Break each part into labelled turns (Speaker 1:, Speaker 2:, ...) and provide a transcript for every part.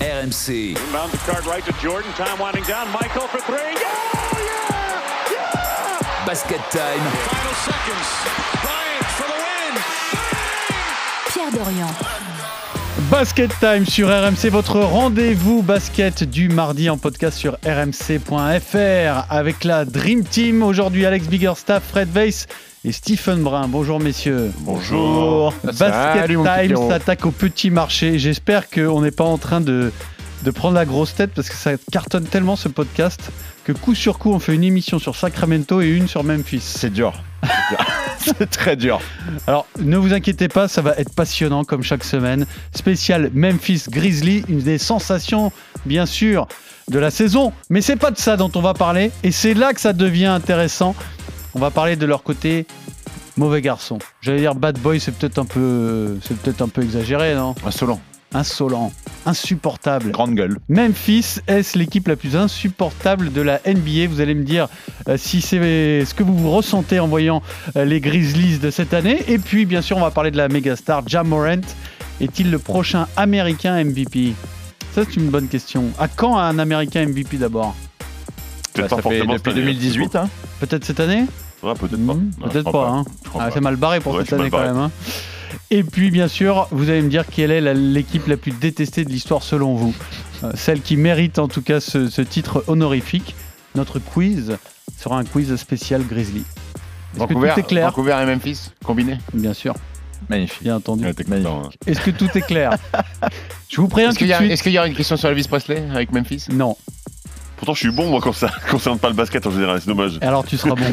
Speaker 1: RMC.
Speaker 2: Inbound the card right to Jordan. Time winding down. Michael for three. Oh, yeah! Yeah!
Speaker 1: Basket Time.
Speaker 3: Final seconds. Bryant for the win.
Speaker 4: Pierre Dorian.
Speaker 5: Basket Time sur RMC, votre rendez-vous basket du mardi en podcast sur rmc.fr avec la Dream Team. Aujourd'hui, Alex Biggerstaff, Fred Weiss et Stephen Brun. Bonjour messieurs.
Speaker 6: Bonjour.
Speaker 5: Basket
Speaker 6: Salut, mon petit
Speaker 5: Time
Speaker 6: Pierrot.
Speaker 5: s'attaque au petit marché. J'espère qu'on n'est pas en train de, de prendre la grosse tête parce que ça cartonne tellement ce podcast que coup sur coup, on fait une émission sur Sacramento et une sur Memphis.
Speaker 6: C'est dur. C'est dur. C'est très dur.
Speaker 5: Alors, ne vous inquiétez pas, ça va être passionnant comme chaque semaine. Spécial Memphis Grizzly, une des sensations, bien sûr, de la saison. Mais c'est pas de ça dont on va parler. Et c'est là que ça devient intéressant. On va parler de leur côté mauvais garçon. J'allais dire bad boy, c'est peut-être un peu, c'est peut-être un peu exagéré, non
Speaker 6: Insolent.
Speaker 5: Insolent, insupportable.
Speaker 6: Grande gueule.
Speaker 5: Memphis, est-ce l'équipe la plus insupportable de la NBA Vous allez me dire euh, si c'est ce que vous ressentez en voyant euh, les Grizzlies de cette année. Et puis, bien sûr, on va parler de la méga star Ja Morant. Est-il le prochain Américain MVP Ça, c'est une bonne question. À quand un Américain MVP d'abord
Speaker 6: Bah, ça fait depuis 2018. Hein.
Speaker 5: Peut-être cette année
Speaker 6: Ouais, peut-être
Speaker 7: Hmm,
Speaker 6: pas.
Speaker 5: Mmh,
Speaker 6: Non, je
Speaker 5: Peut-être
Speaker 6: crois
Speaker 5: pas. hein.
Speaker 6: Je crois
Speaker 5: Ah,
Speaker 6: pas.
Speaker 5: c'est mal barré pour
Speaker 6: Ouais,
Speaker 5: cette
Speaker 6: c'est mal
Speaker 5: année quand
Speaker 6: barré.
Speaker 5: même. hein. Et puis, bien sûr, vous allez me dire quelle est la- l'équipe la, plus détestée de l'histoire selon vous. Euh, celle qui mérite en tout cas ce, ce titre honorifique. Notre quiz sera un quiz spécial Grizzly. Est-ce que
Speaker 7: Vancouver,
Speaker 5: tout est clair
Speaker 7: Vancouver et Memphis, combiné.
Speaker 5: Bien sûr,
Speaker 6: Magnifique.
Speaker 5: bien entendu.
Speaker 6: Ouais, t'es content, hein.
Speaker 5: Est-ce que tout est clair Je vous préviens
Speaker 7: Est-ce
Speaker 5: tout
Speaker 7: qu'il
Speaker 5: de
Speaker 7: y, a-
Speaker 5: suite.
Speaker 7: est-ce qu'il y aura une question sur Elvis Presley avec Memphis
Speaker 5: Non.
Speaker 8: Pourtant, je suis bon, moi, quand ça concerne pas le basket en général, c'est dommage.
Speaker 5: Alors tu seras bon.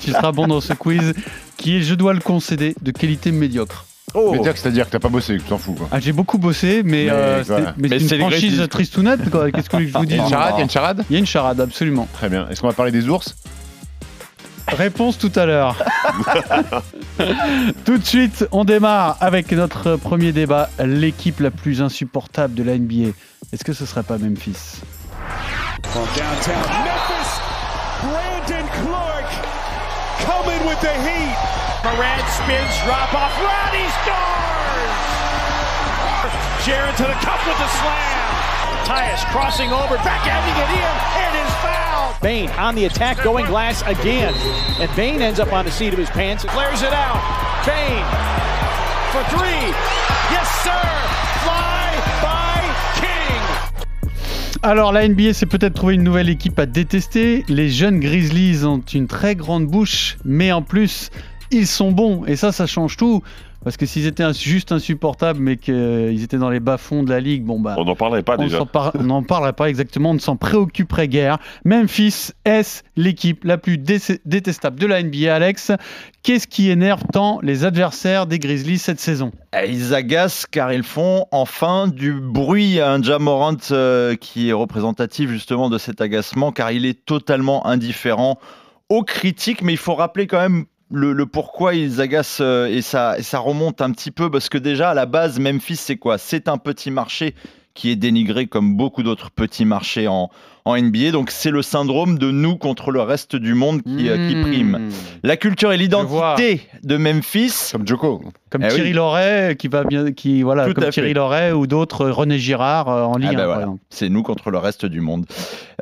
Speaker 5: tu seras bon dans ce quiz qui est, je dois le concéder, de qualité médiocre.
Speaker 6: Oh,
Speaker 7: Mais dire que c'est-à-dire que t'as pas bossé, que tu t'en fous quoi.
Speaker 5: Ah, j'ai beaucoup bossé, mais,
Speaker 7: Mais
Speaker 5: euh, c'est-
Speaker 7: voilà. Ah,
Speaker 5: mais c'est
Speaker 6: Mais c'est
Speaker 5: une
Speaker 6: les
Speaker 5: franchise
Speaker 6: Grizzlies.
Speaker 5: triste ou nette. quoi. Qu'est-ce que vous voulez que je vous
Speaker 7: Il y
Speaker 5: dise
Speaker 7: a une charade, il y a une charade
Speaker 5: Il y a une charade, absolument.
Speaker 7: Très bien. Est-ce qu'on va parler des ours
Speaker 5: Réponse tout à l'heure. tout de suite, on démarre avec notre premier débat. L'équipe la plus insupportable de la NBA. Est-ce que ce serait pas Memphis
Speaker 2: From downtown. Memphis. Brandon Clark coming with the heat. Morant spins, drop off. Roddy scores. Jaron to the cup with the slam. Tyus crossing over, backhanding it in, and is fouled. Bain on the attack, going glass again. And Bain ends up on the seat of his pants, flares it out. Bain for three. Yes, sir. Fly by King.
Speaker 5: Alors, la NBA s'est peut-être trouvé une nouvelle équipe à détester. Les jeunes Grizzlies ont une très grande bouche, mais en plus, ils sont bons. Et ça, ça change tout. Parce que s'ils étaient juste insupportables, mais qu'ils étaient dans les bas-fonds de la ligue, bon bah.
Speaker 8: On n'en parlait pas
Speaker 5: On
Speaker 8: déjà.
Speaker 5: s'en par- On n'en parlera pas exactement, on ne s'en préoccuperait guère. Memphis, est l'équipe la plus dé- détestable de la NBA, Alex Qu'est-ce qui énerve tant les adversaires des Grizzlies cette saison
Speaker 6: Eh, Ils agacent car ils font enfin du bruit. Un Jamorant euh, qui est représentatif justement de cet agacement car il est totalement indifférent aux critiques. Mais il faut rappeler quand même le, le pourquoi ils agacent euh, et ça, et ça remonte un petit peu parce que déjà à la base Memphis c'est quoi C'est un petit marché qui est dénigré comme beaucoup d'autres petits marchés en, en NBA. Donc c'est le syndrome de nous contre le reste du monde qui, euh, qui
Speaker 7: Hmm.
Speaker 6: prime. La culture et
Speaker 5: vois.
Speaker 6: l'identité de Memphis
Speaker 7: Comme Joko.
Speaker 5: Comme
Speaker 6: Eh
Speaker 5: Thierry
Speaker 6: oui.
Speaker 5: Loret, qui va bien, qui voilà,
Speaker 6: Tout
Speaker 5: comme
Speaker 6: à
Speaker 5: Thierry
Speaker 6: fait.
Speaker 5: Loret ou d'autres, euh, René Girard euh, en Ligue
Speaker 6: Ah
Speaker 5: un,
Speaker 6: bah
Speaker 5: par
Speaker 6: voilà.
Speaker 5: exemple.
Speaker 6: C'est nous contre le reste du monde.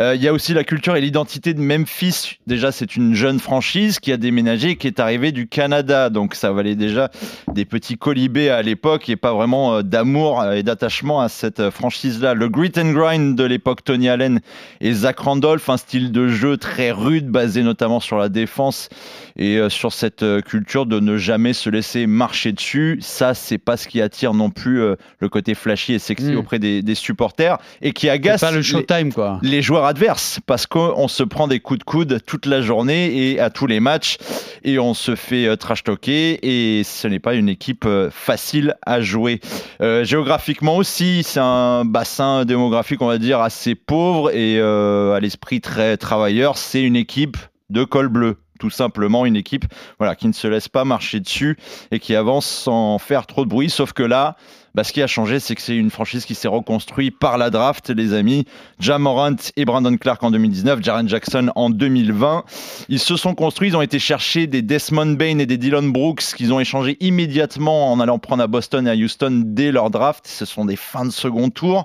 Speaker 6: Euh, Il y a aussi la culture et l'identité de Memphis. Déjà, c'est une jeune franchise qui a déménagé et qui est arrivée du Canada. Donc, ça valait déjà des petits colibés à l'époque et pas vraiment euh, d'amour et d'attachement à cette euh, franchise-là. Le grit and grind de l'époque Tony Allen et Zach Randolph, un style de jeu très rude basé notamment sur la défense et euh, sur cette euh, culture de ne jamais se laisser marcher dessus. Ça, c'est pas ce qui attire non plus euh, le côté flashy et sexy
Speaker 5: Mm.
Speaker 6: auprès des, des supporters et qui
Speaker 5: C'est
Speaker 6: agace
Speaker 5: pas le
Speaker 6: les-
Speaker 5: showtime, quoi.
Speaker 6: les joueurs adverses parce qu'on se prend des coups de coude toute la journée et à tous les matchs et on se fait euh, trash talker et ce n'est pas une équipe euh, facile à jouer. Euh, géographiquement aussi, c'est un bassin démographique on va dire assez pauvre et euh, à l'esprit très travailleur, c'est une équipe de col bleu. tout simplement une équipe voilà, qui ne se laisse pas marcher dessus et qui avance sans faire trop de bruit. Sauf que là, bah, ce qui a changé, c'est que c'est une franchise qui s'est reconstruite par la draft, les amis. Jamorant et Brandon Clark en 2019, Jaren Jackson en 2020. Ils se sont construits, ils ont été chercher des Desmond Bain et des Dylan Brooks qu'ils ont échangés immédiatement en allant prendre à Boston et à Houston dès leur draft. Ce sont des fins de second tour.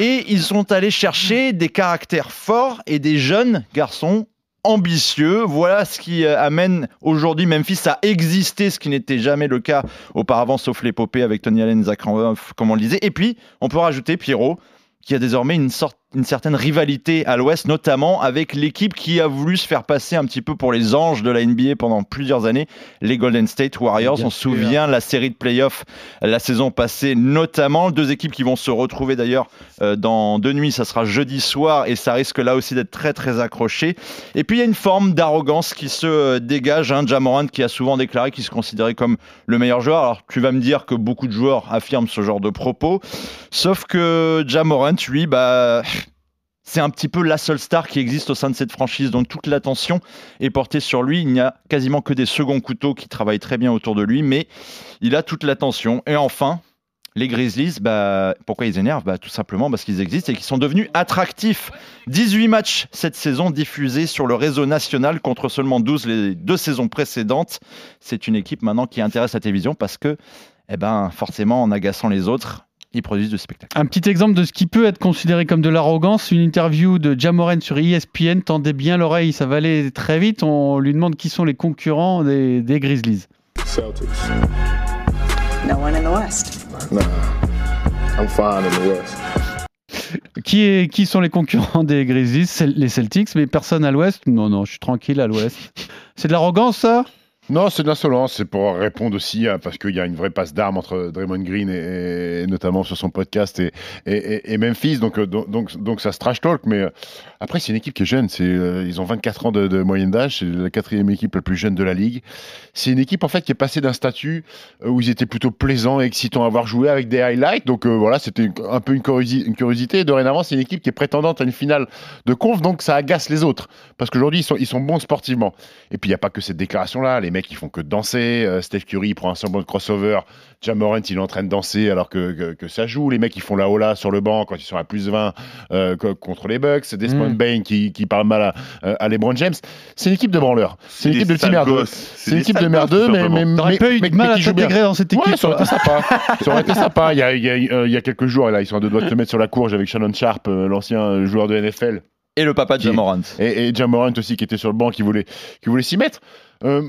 Speaker 6: Et ils sont allés chercher des caractères forts et des jeunes garçons ambitieux. Voilà ce qui euh, amène aujourd'hui Memphis à exister, ce qui n'était jamais le cas auparavant, sauf l'épopée avec Tony Allen, Zach Randolph, comme on le disait. Et puis, on peut rajouter Pierrot, qui a désormais une, sorte, une certaine rivalité à l'Ouest, notamment avec l'équipe qui a voulu se faire passer un petit peu pour les anges de la NBA pendant plusieurs années, les Golden State Warriors.
Speaker 5: Bien
Speaker 6: on se
Speaker 5: sûr.
Speaker 6: souvient la série de playoffs la saison passée, notamment. Deux équipes qui vont se retrouver d'ailleurs euh, dans deux nuits, ça sera jeudi soir, et ça risque là aussi d'être très très accroché. Et puis il y a une forme d'arrogance qui se euh, dégage. Hein. Jamorant qui a souvent déclaré qu'il se considérait comme le meilleur joueur. Alors tu vas me dire que beaucoup de joueurs affirment ce genre de propos. Sauf que Jamorant, lui, bah. C'est un petit peu la seule star qui existe au sein de cette franchise, donc toute l'attention est portée sur lui. Il n'y a quasiment que des seconds couteaux qui travaillent très bien autour de lui, mais il a toute l'attention. Et enfin, les Grizzlies, bah, pourquoi ils énervent bah, Tout simplement parce qu'ils existent et qu'ils sont devenus attractifs. 18 matchs cette saison diffusés sur le réseau national contre seulement 12 les deux saisons précédentes. C'est une équipe maintenant qui intéresse la télévision parce que, eh ben, forcément, en agaçant les autres, ils produisent du spectacle.
Speaker 5: Un petit exemple de ce qui peut être considéré comme de l'arrogance, une interview de Jamoran sur E ESPN, tendez bien l'oreille, ça va aller très vite, on lui demande qui sont les concurrents des, des Grizzlies.
Speaker 1: Celtics.
Speaker 9: No one in the West.
Speaker 1: Nah, I'm fine in the West.
Speaker 5: Qui, est- qui sont les concurrents des Grizzlies C'est Les Celtics, mais personne à l'ouest Non, non, je suis tranquille à l'ouest. C'est de l'arrogance ça
Speaker 7: Non, c'est de l'insolence. C'est pour répondre aussi, à- parce qu'il y a une vraie passe d'armes entre Draymond Green et, et notamment sur son podcast et, et- et- et Memphis. Donc, euh, donc, donc, donc ça se trash talk. Mais euh, après, c'est une équipe qui est jeune. C'est, euh, ils ont 24 ans de, de moyenne d'âge. C'est la quatrième équipe la plus jeune de la ligue. C'est une équipe en fait qui est passée d'un statut euh, où ils étaient plutôt plaisants et excitants à avoir joué avec des highlights. Donc euh, voilà, c'était un peu une, curiosi- une curiosité. Et dorénavant, c'est une équipe qui est prétendante à une finale de conf. Donc ça agace les autres. Parce qu'aujourd'hui, ils sont, ils sont bons sportivement. Et puis, il n'y a pas que cette déclaration-là. Les mecs, ils font que danser. Euh, Steph Curry il prend un semblant de crossover. Jamorant, il est en train de danser alors que, que, que ça joue. Les mecs, ils font la hola sur le banc quand ils sont à plus 20 euh, co- contre les Bucks. Desmond
Speaker 5: Mm.
Speaker 7: Bain qui, qui parle mal à, euh, à LeBron James. C'est une équipe de branleurs. C'est une
Speaker 8: des
Speaker 7: équipe de petits
Speaker 8: sales
Speaker 7: merdeux.
Speaker 8: gosses.
Speaker 7: C'est une
Speaker 8: des
Speaker 7: équipe de
Speaker 8: sales gosses,
Speaker 7: merdeux,
Speaker 8: tout
Speaker 7: mais,
Speaker 8: simplement.
Speaker 7: mais,
Speaker 5: T'aurais
Speaker 7: mais,
Speaker 5: pas eu
Speaker 7: mais-
Speaker 5: de mal
Speaker 7: mais
Speaker 5: à
Speaker 7: qui joue bien.
Speaker 5: t'intégrer dans cette équipe
Speaker 7: Ouais, ça aurait
Speaker 5: toi.
Speaker 7: été sympa. ça aurait été sympa. Il y a, il y a- euh, il y a quelques jours, là, ils sont à deux doigts de se mettre sur la courge avec Shannon Sharp, euh, l'ancien joueur de NFL
Speaker 6: Et le papa de
Speaker 7: Qui-
Speaker 6: Jamorant.
Speaker 7: et, et Jamorant aussi qui était sur le banc qui voulait qui voulait s'y mettre. Euh,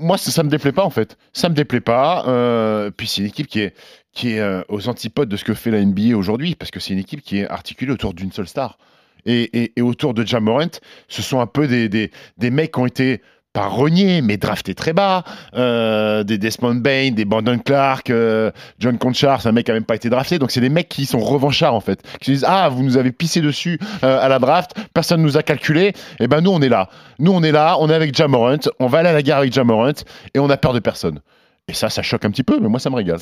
Speaker 7: moi, ça, ça me déplaît pas en fait. Ça me déplaît pas. Euh, puis c'est une équipe qui est qui est euh, aux antipodes de ce que fait la NBA aujourd'hui parce que c'est une équipe qui est articulée autour d'une seule star. Et, et- et autour de Jamorant, ce sont un peu des, des, des mecs qui ont été pas rognés, mais draftés très bas. Euh, des Desmond Bain, des Brandon Clark, euh, John Conchar, c'est un mec qui a même pas été drafté. Donc c'est des mecs qui sont revanchards en fait, qui se disent ah vous nous avez pissé dessus euh, à la draft, personne nous a calculé. Et ben nous on est là, nous on est là, on est avec Jamorant, on va aller à la guerre avec Jamorant et on a peur de personne. Et ça, ça choque un petit peu, mais moi ça me régale.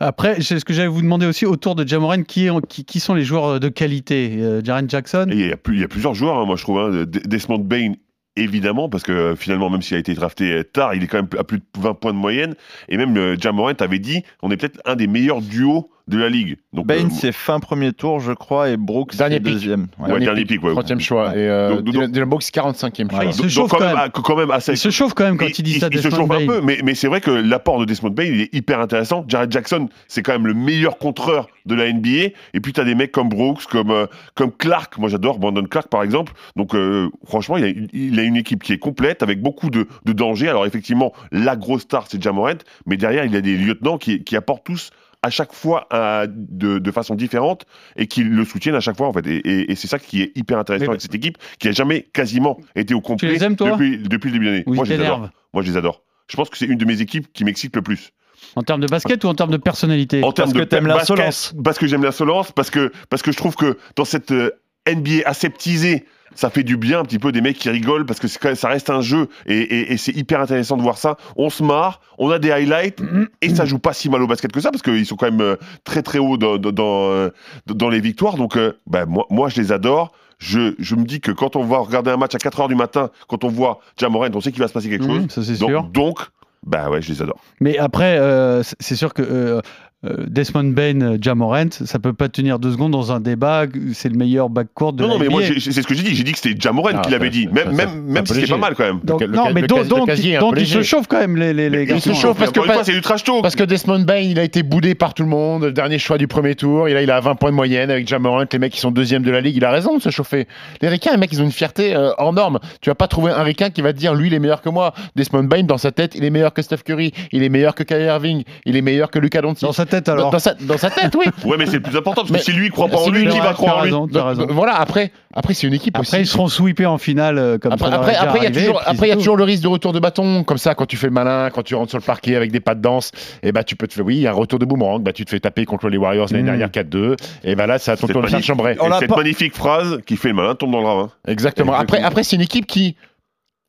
Speaker 5: Après, c'est ce que j'allais vous demander aussi autour de Jamoran, qui, est- qui, qui sont les joueurs de qualité Euh, Jaren Jackson
Speaker 8: Et Il y, a plus- il y a plusieurs joueurs, hein, moi je trouve. hein. D- Desmond Bain, évidemment, parce que euh, finalement, même s'il a été drafté euh, tard, il est quand même à plus de 20 points de moyenne. Et même euh, Jamorant avait dit on est peut-être un des meilleurs duos de la ligue. Donc,
Speaker 6: Bain,
Speaker 8: euh,
Speaker 6: c'est fin premier tour, je crois, et Brooks,
Speaker 7: Dernier
Speaker 6: c'est
Speaker 7: pick.
Speaker 6: deuxième. Ouais.
Speaker 8: ouais,
Speaker 7: dernier
Speaker 8: dernier pick, ouais.
Speaker 7: 30e choix. Et
Speaker 8: Donc,
Speaker 7: euh,
Speaker 8: donc- Ah,
Speaker 7: Dylan Dylan Brooks 45e choix.
Speaker 5: Ouais, il
Speaker 8: Donc,
Speaker 5: se
Speaker 8: donc,
Speaker 5: chauffe
Speaker 8: quand,
Speaker 5: quand
Speaker 8: même,
Speaker 5: même.
Speaker 8: à- quand même assez.
Speaker 5: Il se chauffe quand même quand
Speaker 8: Et-
Speaker 5: il dit
Speaker 8: il-
Speaker 5: ça.
Speaker 8: il se
Speaker 5: Desmond
Speaker 8: chauffe un
Speaker 5: Bain.
Speaker 8: peu, mais, mais c'est vrai que l'apport de Desmond Bain, il est hyper intéressant. Jared Jackson, c'est quand même le meilleur contreur de la NBA. Et puis, tu as des mecs comme Brooks, comme, euh, comme Clark. Moi, j'adore Brandon Clark, par exemple. Donc, euh, franchement, il a, une- il a une équipe qui est complète, avec beaucoup de, de dangers. Alors, effectivement, la grosse star, c'est Jamorant. Mais derrière, il y a des lieutenants qui, qui apportent tous à chaque fois à- de, de façon différente et qui le soutiennent à chaque fois en fait et, et- et c'est ça qui est hyper intéressant
Speaker 5: Mais-
Speaker 8: avec cette équipe qui a jamais quasiment été au complet
Speaker 5: les aimes, toi
Speaker 8: depuis, depuis le début de l'année
Speaker 5: Ou
Speaker 8: moi
Speaker 5: il
Speaker 8: je les adore
Speaker 5: t'énerve
Speaker 8: moi, je les adore. Je pense que c'est une de mes équipes qui m'excite le plus.
Speaker 5: En termes de basket ou en termes de personnalité
Speaker 8: En termes
Speaker 6: que
Speaker 8: de
Speaker 6: t'aimes
Speaker 8: pa- basket,
Speaker 6: l'insolence.
Speaker 8: Parce que j'aime l'insolence, parce que, parce que je trouve que dans cette euh, NBA aseptisée ça fait du bien un petit peu des mecs qui rigolent parce que c'est quand même- ça reste un jeu et, et- et c'est hyper intéressant de voir ça. On se marre, on a des highlights et ça joue pas si mal au basket que ça parce qu'ils sont quand même euh, très très hauts dans, dans, dans, euh, dans les victoires. Donc euh, ben, moi, moi je les adore. Je, je me dis que quand on va regarder un match à 4h du matin, quand on voit Jamorant, on sait qu'il va se passer
Speaker 6: Mhm.
Speaker 8: quelque chose.
Speaker 5: Mmh, ça c'est
Speaker 8: Donc,
Speaker 5: sûr.
Speaker 8: donc, bah ouais, je les adore.
Speaker 5: Mais après, euh, c- c'est sûr que euh, euh, Desmond Bain, euh, Jamorant, ça peut pas tenir deux secondes dans un débat. C'est le meilleur backcourt de
Speaker 8: Non,
Speaker 5: la
Speaker 8: non, mais moi,
Speaker 5: NBA.
Speaker 8: j'ai- j'ai- c'est ce que j'ai dit. J'ai dit que c'était Jamorant
Speaker 7: Ah,
Speaker 8: qui l'avait
Speaker 7: ça,
Speaker 8: dit.
Speaker 7: ça,
Speaker 8: Même,
Speaker 7: ça,
Speaker 8: même,
Speaker 7: ça,
Speaker 8: même
Speaker 7: ça
Speaker 8: si c'était
Speaker 7: peut
Speaker 8: pas mal quand même.
Speaker 5: donc,
Speaker 7: le-
Speaker 5: non,
Speaker 7: le-
Speaker 5: mais
Speaker 7: le
Speaker 5: donc,
Speaker 7: cas- le
Speaker 5: donc,
Speaker 7: casier est un
Speaker 5: donc
Speaker 7: peu
Speaker 5: ils se
Speaker 7: léger.
Speaker 5: chauffent quand même, les, les, les
Speaker 8: Mais
Speaker 5: garçons.
Speaker 7: se
Speaker 8: Mais
Speaker 7: chauffent. parce que
Speaker 8: encore une
Speaker 7: pas-
Speaker 8: fois, c'est du trash talk.
Speaker 7: Parce que Desmond Bain, il a été boudé par tout le monde, le dernier choix du premier tour, il a, il a 20 points de moyenne avec Jamorant, les mecs qui sont deuxième de la ligue, il a raison de se chauffer. Les Ricains, les mecs, ils ont une fierté euh, hors norme. Tu vas pas trouver un Ricain qui va te dire, lui, il est meilleur que moi. Desmond Bain, dans sa tête, il est meilleur que Steph Curry, il est meilleur que Kyrie Irving, il est meilleur que Luca Doncic.
Speaker 5: Dans sa tête,
Speaker 7: Dans,
Speaker 5: alors.
Speaker 7: dans sa, dans sa tête, oui.
Speaker 8: Ouais, mais c'est le plus important parce que
Speaker 7: Mais-
Speaker 8: si lui, il croit pas en
Speaker 7: si
Speaker 8: lui,
Speaker 7: lui,
Speaker 8: qui
Speaker 5: T'as
Speaker 8: va
Speaker 5: raison,
Speaker 8: croire en
Speaker 5: t'as
Speaker 8: lui
Speaker 5: raison, t'as raison.
Speaker 7: Donc, Voilà, après, après c'est une équipe
Speaker 5: Après,
Speaker 7: aussi.
Speaker 5: ils seront sweepés en finale euh, comme
Speaker 7: Après,
Speaker 5: ça.
Speaker 7: après, après, il y a toujours, après, il y a toujours
Speaker 5: le.
Speaker 7: le risque de retour de bâton, comme ça, quand tu fais le malin, quand tu rentres sur le parquet avec des pas de danse, et bah, tu peux te faire, oui, un retour de boomerang, bah, tu te fais taper contre les Warriors l'année
Speaker 5: Mm.
Speaker 7: dernière 4-2, et bah là, c'est à ton
Speaker 8: C'est
Speaker 7: tour de
Speaker 8: pas
Speaker 7: faire
Speaker 8: dit.
Speaker 7: chambrer.
Speaker 8: Et cette magnifique phrase qui fait le malin tombe dans le ravin.
Speaker 7: Exactement. Après,
Speaker 8: Exactement.
Speaker 7: après, c'est une équipe qui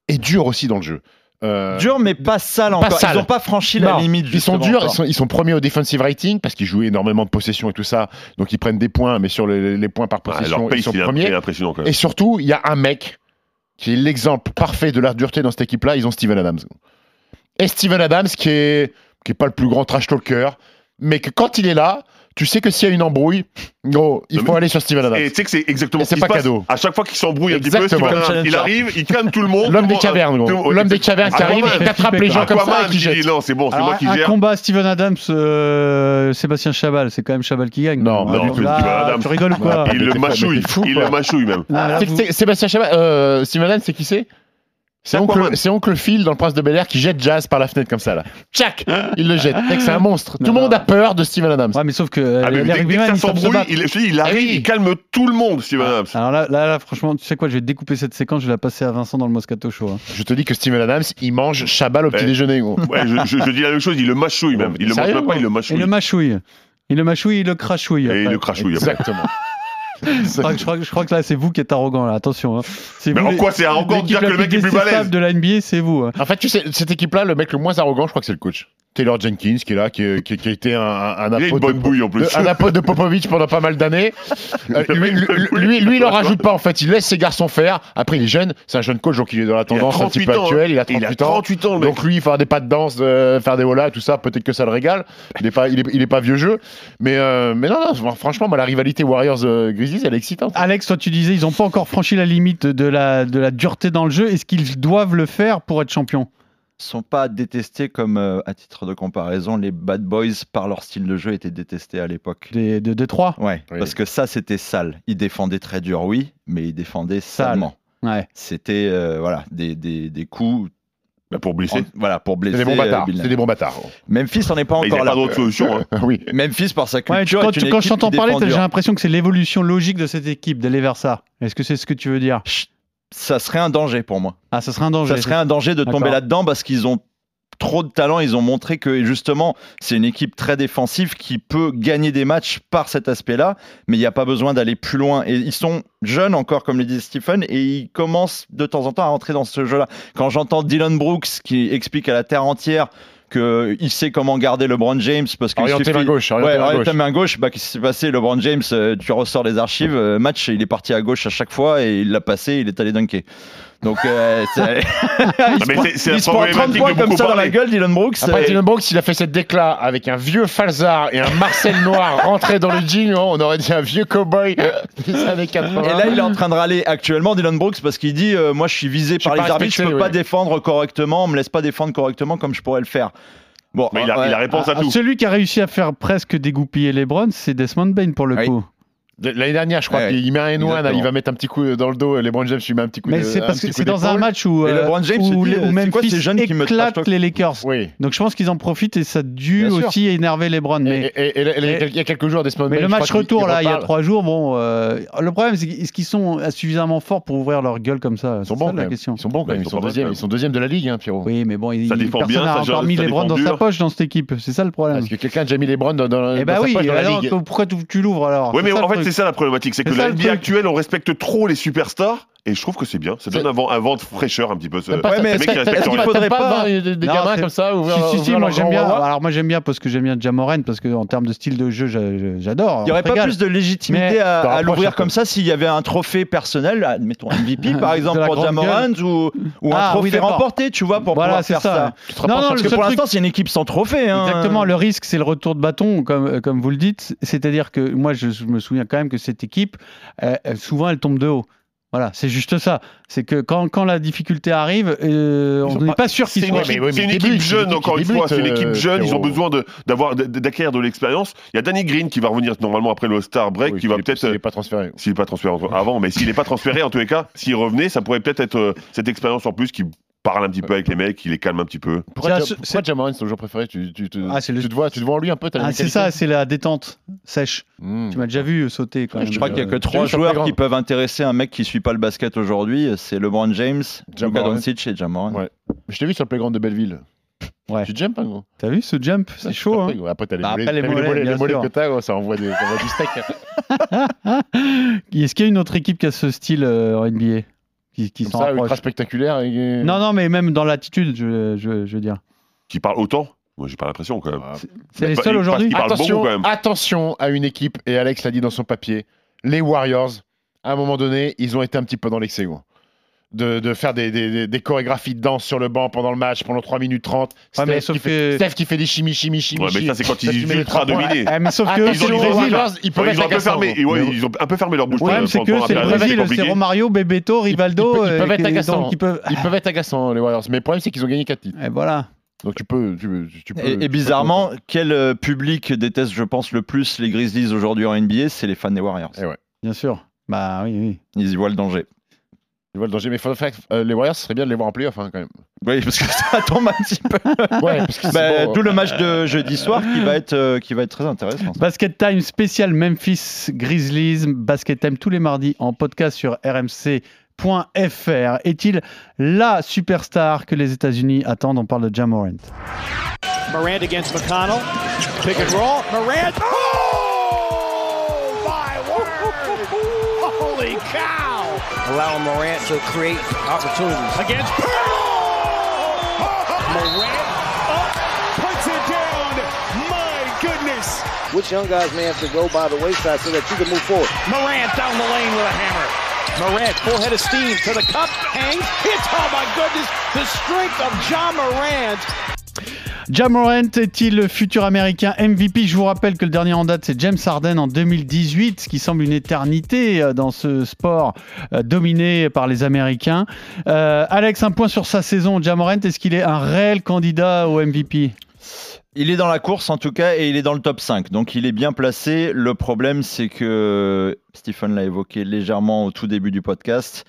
Speaker 7: est dure aussi dans le jeu. Euh,
Speaker 6: Dur, mais pas sale
Speaker 7: Pas
Speaker 6: encore.
Speaker 7: sale.
Speaker 6: Ils ont pas franchi
Speaker 7: Non,
Speaker 6: la limite.
Speaker 7: Ils sont
Speaker 6: justement,
Speaker 7: durs, ils
Speaker 6: encore.
Speaker 7: sont, ils sont premiers au defensive rating parce qu'ils jouent énormément de possessions et tout ça, donc ils prennent des points, mais sur les, les points par
Speaker 8: Ah,
Speaker 7: possession,
Speaker 8: leur
Speaker 7: ils
Speaker 8: pace,
Speaker 7: sont
Speaker 8: il est imp- il
Speaker 7: premiers.
Speaker 8: est impressionnant quand même.
Speaker 7: Et surtout, il y a un mec qui est l'exemple parfait de la dureté dans cette équipe-là. Ils ont Steven Adams. Et Steven Adams, qui est, qui est pas le plus grand trash talker, mais que quand il est là, tu sais que s'il y a une embrouille, gros, il
Speaker 8: Non,
Speaker 7: faut
Speaker 8: mais-
Speaker 7: aller sur Steven Adams.
Speaker 8: Et tu sais que c'est exactement
Speaker 7: Et
Speaker 8: ce
Speaker 7: c'est
Speaker 8: qui
Speaker 7: pas
Speaker 8: se passe.
Speaker 7: cadeau.
Speaker 8: À chaque fois qu'il s'embrouille un petit peu,
Speaker 7: Exactement.
Speaker 8: Stephen
Speaker 7: Comme
Speaker 8: Adams, il
Speaker 6: challenger.
Speaker 8: arrive, il calme tout le monde.
Speaker 7: L'homme des
Speaker 8: Tout le monde-
Speaker 7: cavernes, gros.
Speaker 8: tout le monde-
Speaker 7: L'homme des cavernes qui arrive
Speaker 8: Aquaman,
Speaker 7: et qui attrape les gens comme ça et
Speaker 8: Aquaman,
Speaker 7: qui
Speaker 8: il dit
Speaker 7: jette.
Speaker 8: non, c'est bon, c'est moi qui
Speaker 5: un
Speaker 8: gère.
Speaker 5: combat Steven Adams, euh, Sébastien Chabal, c'est quand même Chabal qui gagne.
Speaker 7: Non,
Speaker 5: Ah,
Speaker 8: non,
Speaker 5: tu-
Speaker 8: Steven
Speaker 5: là,
Speaker 8: Adams.
Speaker 5: tu rigoles ou quoi
Speaker 7: Ah,
Speaker 8: Il
Speaker 7: mais
Speaker 8: le
Speaker 7: t'es-
Speaker 8: mâchouille,
Speaker 7: mais t'es fou,
Speaker 8: il
Speaker 7: quoi.
Speaker 8: le mâchouille même.
Speaker 5: Non, là,
Speaker 7: C'est-
Speaker 5: vous-
Speaker 7: c'est- Sébastien Chabal, euh, Steven Adams, c'est qui c'est c'est
Speaker 8: Aquaman.
Speaker 7: oncle, c'est oncle Phil dans le Prince de Bel Air qui jette Jazz par la fenêtre comme ça là. Tchac Il le jette. Mec, c'est un monstre. Tout
Speaker 5: Non,
Speaker 7: le monde
Speaker 5: non.
Speaker 7: a peur de Steven Adams.
Speaker 5: Ouais, mais sauf que
Speaker 8: Ah,
Speaker 5: euh,
Speaker 8: mais
Speaker 5: les
Speaker 8: dès- dès que
Speaker 5: rugbymen,
Speaker 8: ça
Speaker 5: ils savent se
Speaker 8: s'embrouille,
Speaker 5: battre.
Speaker 8: il je dis, il arrive,
Speaker 7: oui.
Speaker 8: il calme tout le monde, Steven Adams.
Speaker 5: Alors là, là, là, franchement, tu sais quoi, je vais découper cette séquence, je vais la passer à Vincent dans le Moscato Show. hein.
Speaker 7: Je te dis que Steven Adams, il mange Chabal au petit
Speaker 8: Ouais.
Speaker 7: déjeuner. gros.
Speaker 8: Ouais, je, je- je dis la même chose, il le mâchouille même. Il le mange
Speaker 7: Sérieux,
Speaker 8: même pas, il le
Speaker 5: Et
Speaker 8: mâchouille.
Speaker 5: le mâchouille. Il le mâchouille, il le crachouille.
Speaker 8: Et il
Speaker 5: après.
Speaker 8: le crachouille. après.
Speaker 7: Exactement.
Speaker 5: Je crois,
Speaker 8: Ah,
Speaker 5: que- je crois que- je crois que là, c'est vous qui êtes arrogant, là. Attention. hein. C'est
Speaker 8: Mais
Speaker 5: vous
Speaker 8: en
Speaker 5: les-
Speaker 8: quoi c'est arrogant de dire que le mec est
Speaker 5: l'équipe la
Speaker 8: plus
Speaker 5: plus détestable
Speaker 8: balèze
Speaker 5: de la NBA, c'est vous. hein.
Speaker 7: En fait, tu sais, cette équipe-là, le mec le moins arrogant, je crois que c'est le coach. Taylor Jenkins, qui est là, qui, est- qui, qui a été un, un, un
Speaker 8: Il a une
Speaker 7: apôtre
Speaker 8: bonne
Speaker 7: de-
Speaker 8: bouille en plus.
Speaker 7: de- un apôtre de Popovic pendant pas mal d'années. Euh,
Speaker 8: Le
Speaker 7: lui,
Speaker 8: mec,
Speaker 7: lui,
Speaker 8: le-
Speaker 7: lui, lui, il en rajoute pas, en fait. Il laisse ses garçons faire. Après, il est jeune. C'est un jeune coach, donc il est dans la
Speaker 8: Il a
Speaker 7: tendance un
Speaker 8: 38
Speaker 7: petit peu
Speaker 8: ans. hein.
Speaker 7: actuelle. Il a
Speaker 8: Il a
Speaker 7: 38 ans.
Speaker 8: 38 ans, le mec.
Speaker 7: Donc lui, il fera des pas de danse, euh, faire des holas, tout ça, peut-être que ça le régale. Il est pas, il est, il est pas vieux jeu. Mais, euh, mais non, non, franchement, moi, la rivalité Warriors-Grizzlies, elle est excitante.
Speaker 5: Alex, toi, tu disais, ils n'ont pas encore franchi la limite de la, de la dureté dans le jeu. Est-ce qu'ils doivent le faire pour être champion
Speaker 6: sont pas détestés comme, euh, à titre de comparaison, les Bad Boys par leur style de jeu étaient détestés à l'époque.
Speaker 5: des, De Détroit
Speaker 6: Ouais,
Speaker 7: Oui.
Speaker 6: parce que ça c'était sale. Ils défendaient très dur, oui, mais ils défendaient
Speaker 5: Sale.
Speaker 6: salement.
Speaker 5: Ouais.
Speaker 6: C'était euh, voilà des, des, des coups
Speaker 8: Bah, Pour
Speaker 6: en-
Speaker 8: blesser.
Speaker 6: voilà pour
Speaker 7: C'est
Speaker 6: blesser.
Speaker 7: des bons
Speaker 6: euh,
Speaker 7: bâtards.
Speaker 6: Bill
Speaker 7: C'est des bons bâtards.
Speaker 6: Memphis on n'est pas
Speaker 8: Mais Il n'y
Speaker 6: encore
Speaker 8: a
Speaker 6: là.
Speaker 8: pas d'autre solution. hein.
Speaker 7: oui.
Speaker 6: Memphis par sa
Speaker 5: Ouais,
Speaker 6: culture
Speaker 5: quand
Speaker 6: est
Speaker 5: tu-
Speaker 6: une
Speaker 5: quand
Speaker 6: équipe hein.
Speaker 5: je t'entends
Speaker 6: qui
Speaker 5: parler,
Speaker 6: défend
Speaker 5: t'as- j'ai
Speaker 6: dur.
Speaker 5: l'impression que c'est l'évolution logique de cette équipe d'aller vers ça. Est-ce que c'est ce que tu veux dire
Speaker 6: ça serait un danger pour moi.
Speaker 5: Ah, ça serait un danger.
Speaker 6: ça serait un danger de tomber
Speaker 5: D'accord.
Speaker 6: là-dedans parce qu'ils ont trop de talent. Ils ont montré que justement, c'est une équipe très défensive qui peut gagner des matchs par cet aspect-là, mais il n'y a pas besoin d'aller plus loin. Et ils sont jeunes encore, comme le dit Stephen, et ils commencent de temps en temps à entrer dans ce jeu-là. Quand j'entends Dylan Brooks qui explique à la terre entière qu'il sait comment garder LeBron James parce qu'il
Speaker 7: Orienté
Speaker 6: suffit...
Speaker 7: vers gauche.
Speaker 6: Ouais,
Speaker 7: orienté vers
Speaker 6: ouais,
Speaker 7: gauche.
Speaker 6: ta main gauche, bah, qu'est-ce qui s'est passé LeBron James, euh, tu ressors les archives, euh, match, il est parti à gauche à chaque fois et il l'a passé, il est allé dunker. Donc, euh, c'est- il
Speaker 8: Ah,
Speaker 6: se
Speaker 8: mais
Speaker 6: prend-
Speaker 8: c'est- c'est la
Speaker 6: il se prend
Speaker 8: problématique
Speaker 6: 30
Speaker 8: de
Speaker 6: points comme
Speaker 8: beaucoup
Speaker 6: ça dans la
Speaker 8: parler. Ah,
Speaker 6: gueule, Dylan Brooks.
Speaker 7: Après,
Speaker 6: euh,
Speaker 7: Dylan Brooks, il a fait cette décla avec un vieux falzar et un Marcel noir rentré dans le jean. hein, On aurait dit un vieux cowboy des années 80.
Speaker 6: Et là, il est en train de râler actuellement Dylan Brooks parce qu'il dit euh, Moi, je suis visé
Speaker 7: Je suis
Speaker 6: par les
Speaker 7: pas
Speaker 6: arbitres, je peux
Speaker 7: respecté,
Speaker 6: pas
Speaker 7: oui.
Speaker 6: défendre correctement, on me laisse pas défendre correctement comme je pourrais le faire. Bon, euh,
Speaker 8: Mais il a,
Speaker 6: ouais.
Speaker 8: il a réponse à
Speaker 5: Ah,
Speaker 8: tout.
Speaker 5: Celui qui a réussi à faire presque dégoupiller les Browns, c'est Desmond Bain pour le
Speaker 6: Oui.
Speaker 5: coup.
Speaker 7: De- L'année dernière, je crois
Speaker 6: Ouais,
Speaker 7: qu'il met un N1,
Speaker 6: exactement.
Speaker 7: il va mettre un petit coup dans le dos. Les Brown James, il met un petit coup
Speaker 6: euh,
Speaker 5: Mais
Speaker 7: de-
Speaker 5: c'est
Speaker 7: un
Speaker 5: parce que
Speaker 7: petit coup
Speaker 5: c'est dans un
Speaker 7: d'épaule.
Speaker 5: match où,
Speaker 6: Et
Speaker 5: euh,
Speaker 6: LeBron James
Speaker 5: où,
Speaker 6: se dit,
Speaker 5: les- où
Speaker 6: euh, c'est quoi
Speaker 5: Memphis
Speaker 6: ces jeunes qui me trash
Speaker 5: éclate
Speaker 6: talk
Speaker 5: les Lakers.
Speaker 7: Oui.
Speaker 5: Donc je pense qu'ils en profitent et ça a dû
Speaker 7: Bien sûr.
Speaker 5: aussi énerver les Browns.
Speaker 7: Et-
Speaker 5: Mais,
Speaker 7: et- et- et- et-
Speaker 5: mais-
Speaker 7: il y a quelques jours, Desmond
Speaker 5: mais
Speaker 7: Bain,
Speaker 5: le
Speaker 7: je
Speaker 5: match
Speaker 7: crois qu'il-
Speaker 5: retour, là, il y a
Speaker 7: reparle.
Speaker 5: trois jours, bon, euh, le problème, c'est qu- est-ce qu'ils sont suffisamment forts pour ouvrir leur gueule comme ça
Speaker 7: Ils
Speaker 5: C'est
Speaker 7: sont
Speaker 5: ça,
Speaker 7: bons quand
Speaker 5: la
Speaker 7: même. Ils
Speaker 5: question.
Speaker 7: sont bons quand
Speaker 8: Bah, ils
Speaker 7: même. Ils
Speaker 8: sont
Speaker 7: sont
Speaker 8: pas mal,
Speaker 7: deuxièmes.
Speaker 8: quand
Speaker 7: Ils sont deuxième de la ligue, hein, Pierrot.
Speaker 5: Oui, mais bon, il,
Speaker 8: Ça défend
Speaker 5: personne
Speaker 8: bien,
Speaker 5: n'a
Speaker 8: ça
Speaker 5: encore
Speaker 8: gère-
Speaker 5: mis
Speaker 8: ça
Speaker 5: les
Speaker 8: défend
Speaker 5: Browns dans sa
Speaker 8: dur.
Speaker 5: poche dans cette équipe. C'est ça le problème.
Speaker 7: Parce que quelqu'un a déjà mis les Browns dans, dans,
Speaker 5: Eh
Speaker 7: dans
Speaker 5: bah
Speaker 7: sa
Speaker 5: oui,
Speaker 7: poche dans la
Speaker 5: alors
Speaker 7: ligue.
Speaker 5: que- pourquoi tu, tu l'ouvres alors
Speaker 8: Oui, mais
Speaker 5: C'est ça
Speaker 8: en
Speaker 5: le
Speaker 8: fait,
Speaker 5: truc.
Speaker 8: c'est ça la problématique. C'est que
Speaker 5: C'est ça,
Speaker 8: la
Speaker 5: le
Speaker 8: NBA
Speaker 5: truc.
Speaker 8: actuelle, on respecte trop les superstars Et je trouve que c'est bien. Ça donne un vent, un vent de fraîcheur un petit peu. Ce,
Speaker 10: T'aimes pas
Speaker 8: ce
Speaker 10: ça-
Speaker 6: mais est-ce
Speaker 8: mec qui
Speaker 6: que-
Speaker 8: respecte
Speaker 6: est-ce
Speaker 8: le
Speaker 6: qu'il
Speaker 8: rythme.
Speaker 6: faudrait
Speaker 10: T'aimes
Speaker 6: pas-
Speaker 10: de voir des, des
Speaker 5: hein. Non,
Speaker 10: gamins
Speaker 5: c'est-
Speaker 10: comme ça ouvrir
Speaker 5: Si, si, si,
Speaker 10: ouvrir
Speaker 5: moi
Speaker 10: leur
Speaker 5: j'aime
Speaker 10: grand
Speaker 5: bien.
Speaker 10: wawa
Speaker 5: Alors moi j'aime bien parce que j'aime bien Jamoran, parce qu'en termes de style de jeu, j'a- j'a- j'adore.
Speaker 6: Il n'y
Speaker 5: On
Speaker 6: aurait
Speaker 5: se
Speaker 6: pas
Speaker 5: régale.
Speaker 6: plus de
Speaker 5: Mais-
Speaker 6: légitimité à,
Speaker 7: T'en
Speaker 6: à l'ouvrir
Speaker 7: rapproches un
Speaker 6: comme ça s'il y avait un trophée personnel, admettons MVP par exemple
Speaker 5: la
Speaker 6: pour
Speaker 5: grande
Speaker 6: Jamorant ou, ou
Speaker 5: Ah,
Speaker 6: un
Speaker 5: oui,
Speaker 6: trophée
Speaker 5: d'accord.
Speaker 6: remporté, tu vois, pour
Speaker 5: Voilà,
Speaker 6: pouvoir
Speaker 5: c'est
Speaker 6: faire
Speaker 5: ça.
Speaker 6: ça.
Speaker 5: Tu te
Speaker 6: Non,
Speaker 5: rapproches un
Speaker 6: parce
Speaker 5: peu.
Speaker 6: que pour
Speaker 5: Le
Speaker 6: l'instant, c'est une équipe sans trophée. hein.
Speaker 5: Exactement, le risque c'est le retour de bâton, comme, euh, comme vous le dites. C'est-à-dire que moi je, je me souviens quand même que cette équipe, euh, euh, souvent elle tombe de haut. Voilà, c'est juste ça. C'est que quand, quand la difficulté arrive, euh, on
Speaker 8: sont
Speaker 5: n'est
Speaker 8: pas-
Speaker 5: pas sûr qu'ils
Speaker 8: C'est une,
Speaker 5: soient.
Speaker 7: mais
Speaker 8: équipe-
Speaker 7: oui, mais
Speaker 8: c'est une
Speaker 7: ils
Speaker 8: équipe
Speaker 7: débutent, ils
Speaker 8: jeune,
Speaker 7: débutent,
Speaker 8: encore
Speaker 7: ils
Speaker 8: une fois. C'est une
Speaker 7: débutent,
Speaker 8: équipe
Speaker 7: euh,
Speaker 8: jeune. Ils ont besoin
Speaker 7: Pierrot.
Speaker 8: de- d'avoir de- d'acquérir de l'expérience. Il y a Danny Green qui va revenir normalement après le Star Break,
Speaker 7: Oui,
Speaker 8: qui va
Speaker 7: s'il est-
Speaker 8: peut-être
Speaker 7: s'il est pas transféré.
Speaker 8: S'il n'est pas transféré en- avant, mais s'il n'est pas transféré, en tous les cas, s'il revenait, ça pourrait peut-être être euh, cette expérience en plus qui parle un petit peu avec les mecs, qui les calme un petit peu.
Speaker 5: Tiens,
Speaker 7: Pourquoi,
Speaker 5: ce-
Speaker 7: Ja- pourquoi Jamoran, c'est ton joueur préféré tu, tu, tu,
Speaker 5: Ah, c'est le-
Speaker 7: tu te vois, tu te vois en lui un peu t'as la
Speaker 5: Ah,
Speaker 7: même
Speaker 5: c'est
Speaker 7: qualité
Speaker 5: ça, c'est la détente sèche.
Speaker 7: Hmm.
Speaker 5: Tu m'as déjà vu euh, sauter quand
Speaker 7: Ouais,
Speaker 5: même.
Speaker 6: Je crois qu'il n'y a que
Speaker 7: Euh,
Speaker 6: trois
Speaker 7: James, ça fait
Speaker 6: joueurs qui
Speaker 7: grave.
Speaker 6: peuvent intéresser un mec qui suit pas le basket aujourd'hui. C'est LeBron James, Luka
Speaker 7: Morant.
Speaker 6: Doncic et Jamorant.
Speaker 7: Ouais. Je t'ai vu sur le playground de Belleville.
Speaker 5: Ouais.
Speaker 7: Tu te j'aimes pas, gros
Speaker 5: T'as vu ce jump C'est chaud. hein.
Speaker 7: Ouais, Après, t'as les,
Speaker 5: Bah,
Speaker 7: mollets,
Speaker 5: après, les
Speaker 7: t'as vu
Speaker 5: mollets, bien
Speaker 7: les mollets
Speaker 5: sûr.
Speaker 7: que t'as, gros, ça envoie, des, ça envoie du steak.
Speaker 5: Est-ce qu'il y a une autre équipe qui a ce style euh, en NBA qui, qui
Speaker 7: Comme
Speaker 5: s'en
Speaker 7: ça,
Speaker 5: rapproche
Speaker 7: ultra spectaculaire. Et...
Speaker 5: Non, non, mais même dans l'attitude, je, je- je veux dire.
Speaker 8: Qui parle autant Moi, j'ai pas l'impression quand même.
Speaker 5: Ah, C'est les
Speaker 8: Bah,
Speaker 5: seuls
Speaker 8: il-
Speaker 5: aujourd'hui.
Speaker 8: parce parle
Speaker 7: attention,
Speaker 8: beaucoup, quand même.
Speaker 7: attention à une équipe, et Alex l'a dit dans son papier, les Warriors, à un moment donné, ils ont été un petit peu dans l'excès. gros. De, de faire des, des- des- des chorégraphies de danse sur le banc pendant le match, pendant 3 minutes 30.
Speaker 5: Ouais, mais
Speaker 7: Steph,
Speaker 5: sauf
Speaker 7: qui fait,
Speaker 5: que-
Speaker 7: Steph qui fait des chimie, chimie, chimie.
Speaker 8: Ouais, mais ça, c'est quand ils
Speaker 7: tu mets les
Speaker 8: ultra
Speaker 7: trois points.
Speaker 8: dominés.
Speaker 5: Ah, mais sauf
Speaker 7: Ah,
Speaker 5: que
Speaker 7: ils
Speaker 5: c'est
Speaker 7: ont-
Speaker 5: le
Speaker 7: ils ont-
Speaker 5: Brésil.
Speaker 7: Warriors, ils peuvent
Speaker 8: Ouais,
Speaker 7: être
Speaker 8: ils ont un peu
Speaker 7: agaçants,
Speaker 8: fermé.
Speaker 7: gros.
Speaker 8: Et ouais,
Speaker 7: Mais-
Speaker 8: Ils ont un peu fermé leur
Speaker 5: hein. Le
Speaker 8: bouche. euh,
Speaker 5: problème, c'est que
Speaker 8: pendant la
Speaker 5: c'est le
Speaker 8: période,
Speaker 5: Brésil,
Speaker 8: compliqué.
Speaker 5: c'est Romario, Bebeto, Rivaldo.
Speaker 7: ils peuvent- ils peuvent
Speaker 5: euh,
Speaker 7: être
Speaker 5: qui-
Speaker 7: agaçants.
Speaker 5: donc ils peuvent-
Speaker 7: Ils peuvent être agaçants, les Warriors. Mais le problème, c'est qu'ils ont gagné 4 titres.
Speaker 5: Et voilà.
Speaker 7: Donc tu peux. Tu, peux- tu peux-
Speaker 6: Et- Et,
Speaker 7: tu peux-
Speaker 6: bizarrement, quel euh, public déteste, je pense, le plus les Grizzlies aujourd'hui en NBA C'est les fans des Warriors.
Speaker 7: Eh ouais.
Speaker 5: Bien sûr. Bah oui, oui.
Speaker 6: Ils y voient le danger.
Speaker 7: Tu vois le danger. Mais faut faire- euh, les Warriors, ce serait bien de les voir en playoff hein, quand même.
Speaker 6: Oui, parce que ça tombe un petit peu.
Speaker 7: Ouais, parce que c'est hein.
Speaker 6: Bah,
Speaker 7: bon.
Speaker 6: D'où le match de jeudi soir qui va être, euh, qui va être très intéressant. ça.
Speaker 5: Basket Time spécial Memphis Grizzlies. Basket Time tous les mardis en podcast sur rmc.fr. Est-il la superstar que les États-Unis attendent On parle de Jamorant.
Speaker 2: Morant against McConnell. Pick and roll. Morant. Oh my word! Holy cow! Allow Morant to create opportunities. Against Pearl! Morant up, puts it down. My goodness!
Speaker 11: Which young guys may have to go by the wayside so that you can move forward.
Speaker 2: Morant down the lane with a hammer. Morant, full head of steam to the cup, hangs, hits. Oh my goodness! The strength of John Morant
Speaker 5: Jamorant est-il le futur américain MVP Je vous rappelle que le dernier en date, c'est James Harden en 2018, ce qui semble une éternité euh, dans ce sport euh, dominé par les Américains. Euh, Alex, un point sur sa saison. Jamorant, est-ce qu'il est un réel candidat au MVP
Speaker 6: Il est dans la course en tout cas et il est dans le top 5. Donc il est bien placé. Le problème c'est que Stephen l'a évoqué légèrement au tout début du podcast.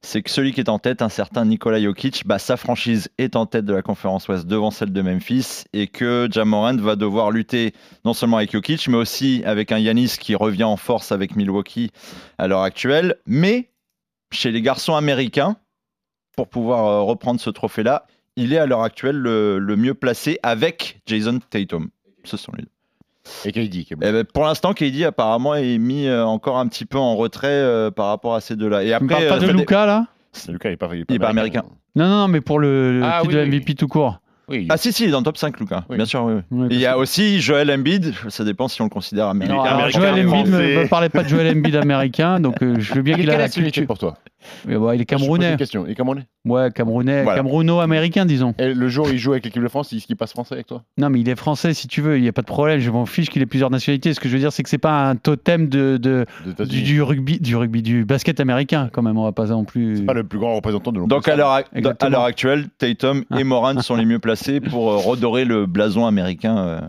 Speaker 6: C'est que celui qui est en tête, un certain Nikola Jokic, bah, sa franchise est en tête de la conférence Ouest devant celle de Memphis et que Jamorant va devoir lutter non seulement avec Jokic mais aussi avec un Yanis qui revient en force avec Milwaukee à l'heure actuelle. Mais chez les garçons américains, pour pouvoir euh, reprendre ce trophée-là, il est à l'heure actuelle le, le mieux placé avec Jason Tatum. Ce sont les deux.
Speaker 7: Et KD qui est
Speaker 6: Eh ben, pour l'instant, KD apparemment est mis euh, encore un petit peu en retrait euh, par rapport à ces deux-là. Et
Speaker 5: Tu me parles
Speaker 6: après,
Speaker 5: pas
Speaker 6: euh,
Speaker 5: de
Speaker 6: ça dé-
Speaker 5: Luca là
Speaker 7: Lucas, il est pas,
Speaker 6: Il est pas
Speaker 5: Non, non, non, mais pour le, le
Speaker 7: Ah,
Speaker 5: titre
Speaker 7: oui,
Speaker 5: de
Speaker 7: oui.
Speaker 5: MVP tout court.
Speaker 7: Oui,
Speaker 6: Ah si, si, il est dans le top 5, Lucas.
Speaker 7: Oui.
Speaker 6: Bien sûr, oui, oui.
Speaker 5: Ouais,
Speaker 6: Et Il y
Speaker 5: parce
Speaker 6: a aussi Joel Embiid, ça dépend si on le considère
Speaker 5: que-
Speaker 6: américain.
Speaker 5: Non, alors,
Speaker 8: américain,
Speaker 5: Joel Embiid,
Speaker 8: français.
Speaker 5: ne me parlez pas de Joel Embiid américain, donc euh, je veux bien
Speaker 7: il est
Speaker 5: qu'il a
Speaker 7: quelle
Speaker 5: la
Speaker 7: nationalité
Speaker 5: culture.
Speaker 7: pour toi
Speaker 5: Mais bon, il est
Speaker 7: Je te pose
Speaker 5: camerounais.
Speaker 7: une question. Il est camerounais.
Speaker 5: Ouais, camerounais,
Speaker 6: Voilà.
Speaker 5: camerouno-américain, disons.
Speaker 7: Et Eh, le jour où il joue avec l'équipe de France, il, il passe français avec toi
Speaker 5: Non, mais il est français si tu veux, il n'y a pas de problème. Je m'en fiche qu'il ait plusieurs nationalités. Ce que je veux dire, c'est que c'est pas un totem de, de-
Speaker 7: Des États-Unis.
Speaker 5: du, du rugby, du rugby, du basket américain quand même. On va pas non plus.
Speaker 7: C'est pas le plus grand représentant de l'Europe.
Speaker 6: Donc à l'heure ac-
Speaker 5: Exactement. Ah.
Speaker 6: à l'heure actuelle, Tatum et Morant sont les mieux placés pour euh, redorer le blason américain. euh.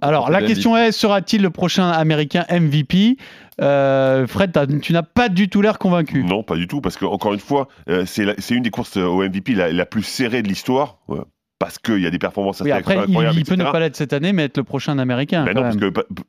Speaker 5: Alors la
Speaker 6: Bien
Speaker 5: question est sera-t-il le prochain américain MVP Euh, Fred, t'as- tu n'as pas du tout l'air convaincu.
Speaker 8: Non, pas du tout, parce que encore une fois, euh, c'est la- c'est une des courses euh, au MVP la, la plus serrée de l'histoire, euh, parce qu'il y a des performances
Speaker 5: Oui,
Speaker 8: assez
Speaker 5: après, il,
Speaker 8: incroyables,
Speaker 5: il peut
Speaker 8: etc..
Speaker 5: ne pas l'être cette année, mais être le prochain américain.
Speaker 8: Ben
Speaker 5: quand
Speaker 8: non, parce
Speaker 5: même.
Speaker 8: que pa- p-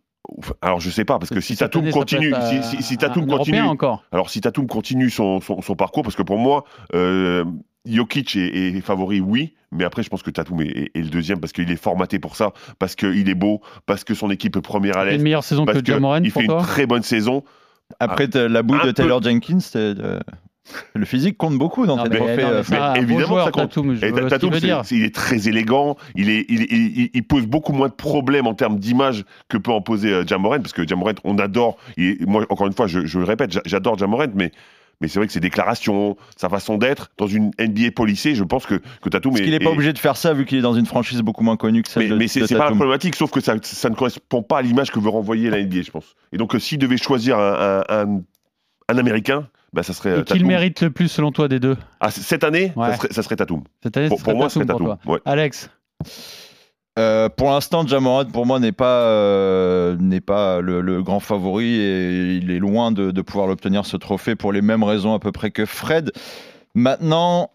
Speaker 8: alors je sais pas, parce que si
Speaker 5: Cette
Speaker 8: Tatum
Speaker 5: année, ça peut
Speaker 8: continue,
Speaker 5: être,
Speaker 8: si,
Speaker 5: euh,
Speaker 8: si- si
Speaker 5: un-
Speaker 8: Tatum
Speaker 5: un
Speaker 8: continue,
Speaker 5: Européen encore.
Speaker 8: alors si Tatum continue son, son, son parcours, parce que pour moi, euh, Jokic est, est favori, oui, mais après je pense que Tatum est, est- est le deuxième parce qu'il est formaté pour ça, parce qu'il est beau, parce que son équipe est première à
Speaker 5: Il fait Une
Speaker 8: l'aise,
Speaker 5: meilleure saison
Speaker 8: parce
Speaker 5: que Jamoran
Speaker 8: qu'il
Speaker 5: pour
Speaker 8: fait une
Speaker 5: toi Ah.
Speaker 8: très bonne saison.
Speaker 6: Après t'as la bouille
Speaker 8: Un
Speaker 6: de
Speaker 8: peu.
Speaker 6: Taylor Jenkins, t'es- euh, Le physique compte beaucoup dans
Speaker 5: Non,
Speaker 6: tes
Speaker 5: mais-
Speaker 6: trophées.
Speaker 5: non, mais
Speaker 6: euh,
Speaker 5: ça- Ah,
Speaker 8: Mais
Speaker 5: bon
Speaker 8: évidemment,
Speaker 5: joueur,
Speaker 8: ça compte.
Speaker 5: Tatum, je
Speaker 8: Et
Speaker 5: vois ce
Speaker 8: Ta-
Speaker 5: qu'il
Speaker 8: Tatum,
Speaker 5: veut
Speaker 8: c'est-
Speaker 5: dire.
Speaker 8: c'est- il est très élégant, il, est, il, il- il- il pose beaucoup moins de problèmes en termes d'image que peut en poser euh, Jamoran, parce que Jamoran, on adore, il est- moi encore une fois, je, je le répète, j'a- j'adore Jamoran, mais, mais c'est vrai que ses déclarations, sa façon d'être, dans une NBA policée, je pense que, que Tatum
Speaker 6: Parce qu'il n'est pas obligé de faire ça vu qu'il est dans une franchise beaucoup moins connue que celle
Speaker 8: Mais,
Speaker 6: de,
Speaker 8: mais c'est
Speaker 6: de
Speaker 8: c'est pas la
Speaker 6: Tatum.
Speaker 8: problématique, sauf que ça, ça ne correspond pas à l'image que veut renvoyer la NBA, je pense. Et donc, euh, s'il devait choisir un, un, un- un Américain, bah, ça serait euh,
Speaker 5: Et qui le
Speaker 8: Tatum.
Speaker 5: mérite le plus selon toi des deux
Speaker 8: Ah, c- cette année,
Speaker 5: Ouais.
Speaker 8: ça, serait, ça serait Tatum.
Speaker 5: Cette année, ce
Speaker 8: Pour,
Speaker 5: serait
Speaker 8: pour moi, ce
Speaker 5: Tatum
Speaker 8: serait
Speaker 5: pour
Speaker 8: Tatum.
Speaker 5: toi.
Speaker 8: Ouais.
Speaker 5: Alex,
Speaker 6: Euh, pour l'instant, Jamorant, pour moi, n'est pas, euh, n'est pas le, le grand favori et il est loin de, de pouvoir l'obtenir, ce trophée, pour les mêmes raisons à peu près que Fred. Maintenant,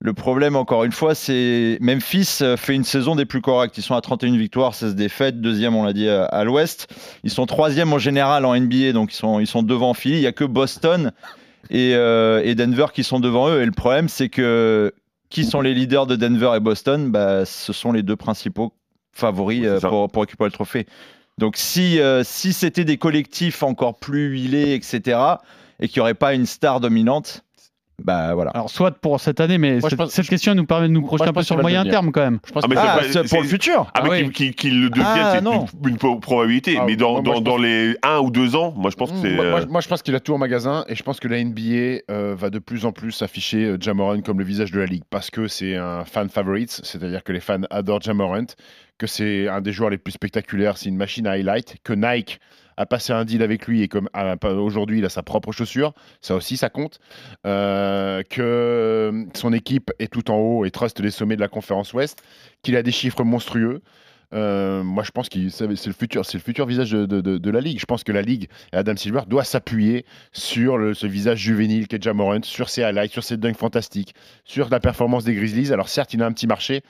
Speaker 6: le problème, encore une fois, c'est Memphis euh, fait une saison des plus correctes. Ils sont à 31 victoires, 16 défaites, deuxième, on l'a dit, à, à l'ouest. Ils sont troisième en général en NBA, donc ils sont, ils sont devant Philly. Il n'y a que Boston et, euh, et Denver qui sont devant eux. Et le problème, c'est que qui sont les leaders de Denver et Boston bah, Ce sont les deux principaux favoris
Speaker 8: Oui, c'est
Speaker 6: euh,
Speaker 8: ça.
Speaker 6: pour, pour récupérer le trophée. Donc si, euh, si c'était des collectifs encore plus huilés, etc., et qu'il n'y aurait pas une star dominante, bah voilà.
Speaker 5: alors soit pour cette année, mais
Speaker 10: Moi, je
Speaker 5: cette,
Speaker 10: pense-
Speaker 5: cette question nous permet de nous projeter
Speaker 10: je
Speaker 5: un peu
Speaker 10: pense
Speaker 5: sur
Speaker 10: qu'il
Speaker 5: le
Speaker 10: va
Speaker 5: moyen
Speaker 10: le devenir.
Speaker 5: terme quand même.
Speaker 10: Je pense
Speaker 8: Ah, mais
Speaker 10: que-
Speaker 8: c'est
Speaker 6: Ah,
Speaker 8: pas-
Speaker 6: c'est pour
Speaker 8: c'est-
Speaker 6: le futur
Speaker 8: Ah,
Speaker 10: Ah
Speaker 8: mais
Speaker 10: oui.
Speaker 8: qu'il qu'il le devienne,
Speaker 6: Ah,
Speaker 8: c'est
Speaker 6: non.
Speaker 8: une, une pro- probabilité.
Speaker 7: Ah,
Speaker 8: mais dans,
Speaker 7: moi,
Speaker 8: dans,
Speaker 7: je
Speaker 8: dans
Speaker 7: pense-
Speaker 8: les un ou deux ans, moi je pense que c'est.
Speaker 7: Moi, moi,
Speaker 8: euh,
Speaker 7: je- moi, je pense qu'il a tout en magasin et je pense que la NBA euh, va de plus en plus afficher euh, Jamoran comme le visage de la ligue parce que c'est un fan favorite, c'est-à-dire que les fans adorent Jamoran, que c'est un des joueurs les plus spectaculaires, c'est une machine à highlight, que Nike a passé un deal avec lui et comme ah, pas- aujourd'hui il a sa propre chaussure, ça aussi ça compte, Euh, que euh, son équipe est tout en haut et trust les sommets de la conférence Ouest, qu'il a des chiffres monstrueux. Euh, moi, je pense que c'est c'est le futur, c'est le futur visage de, de- de- de la ligue. Je pense que la ligue et Adam Silver doit s'appuyer sur le- ce visage juvénile qu'est Jamorant, sur ses highlights, sur ses dunks fantastiques, sur la performance des Grizzlies. Alors certes, il a un petit marché,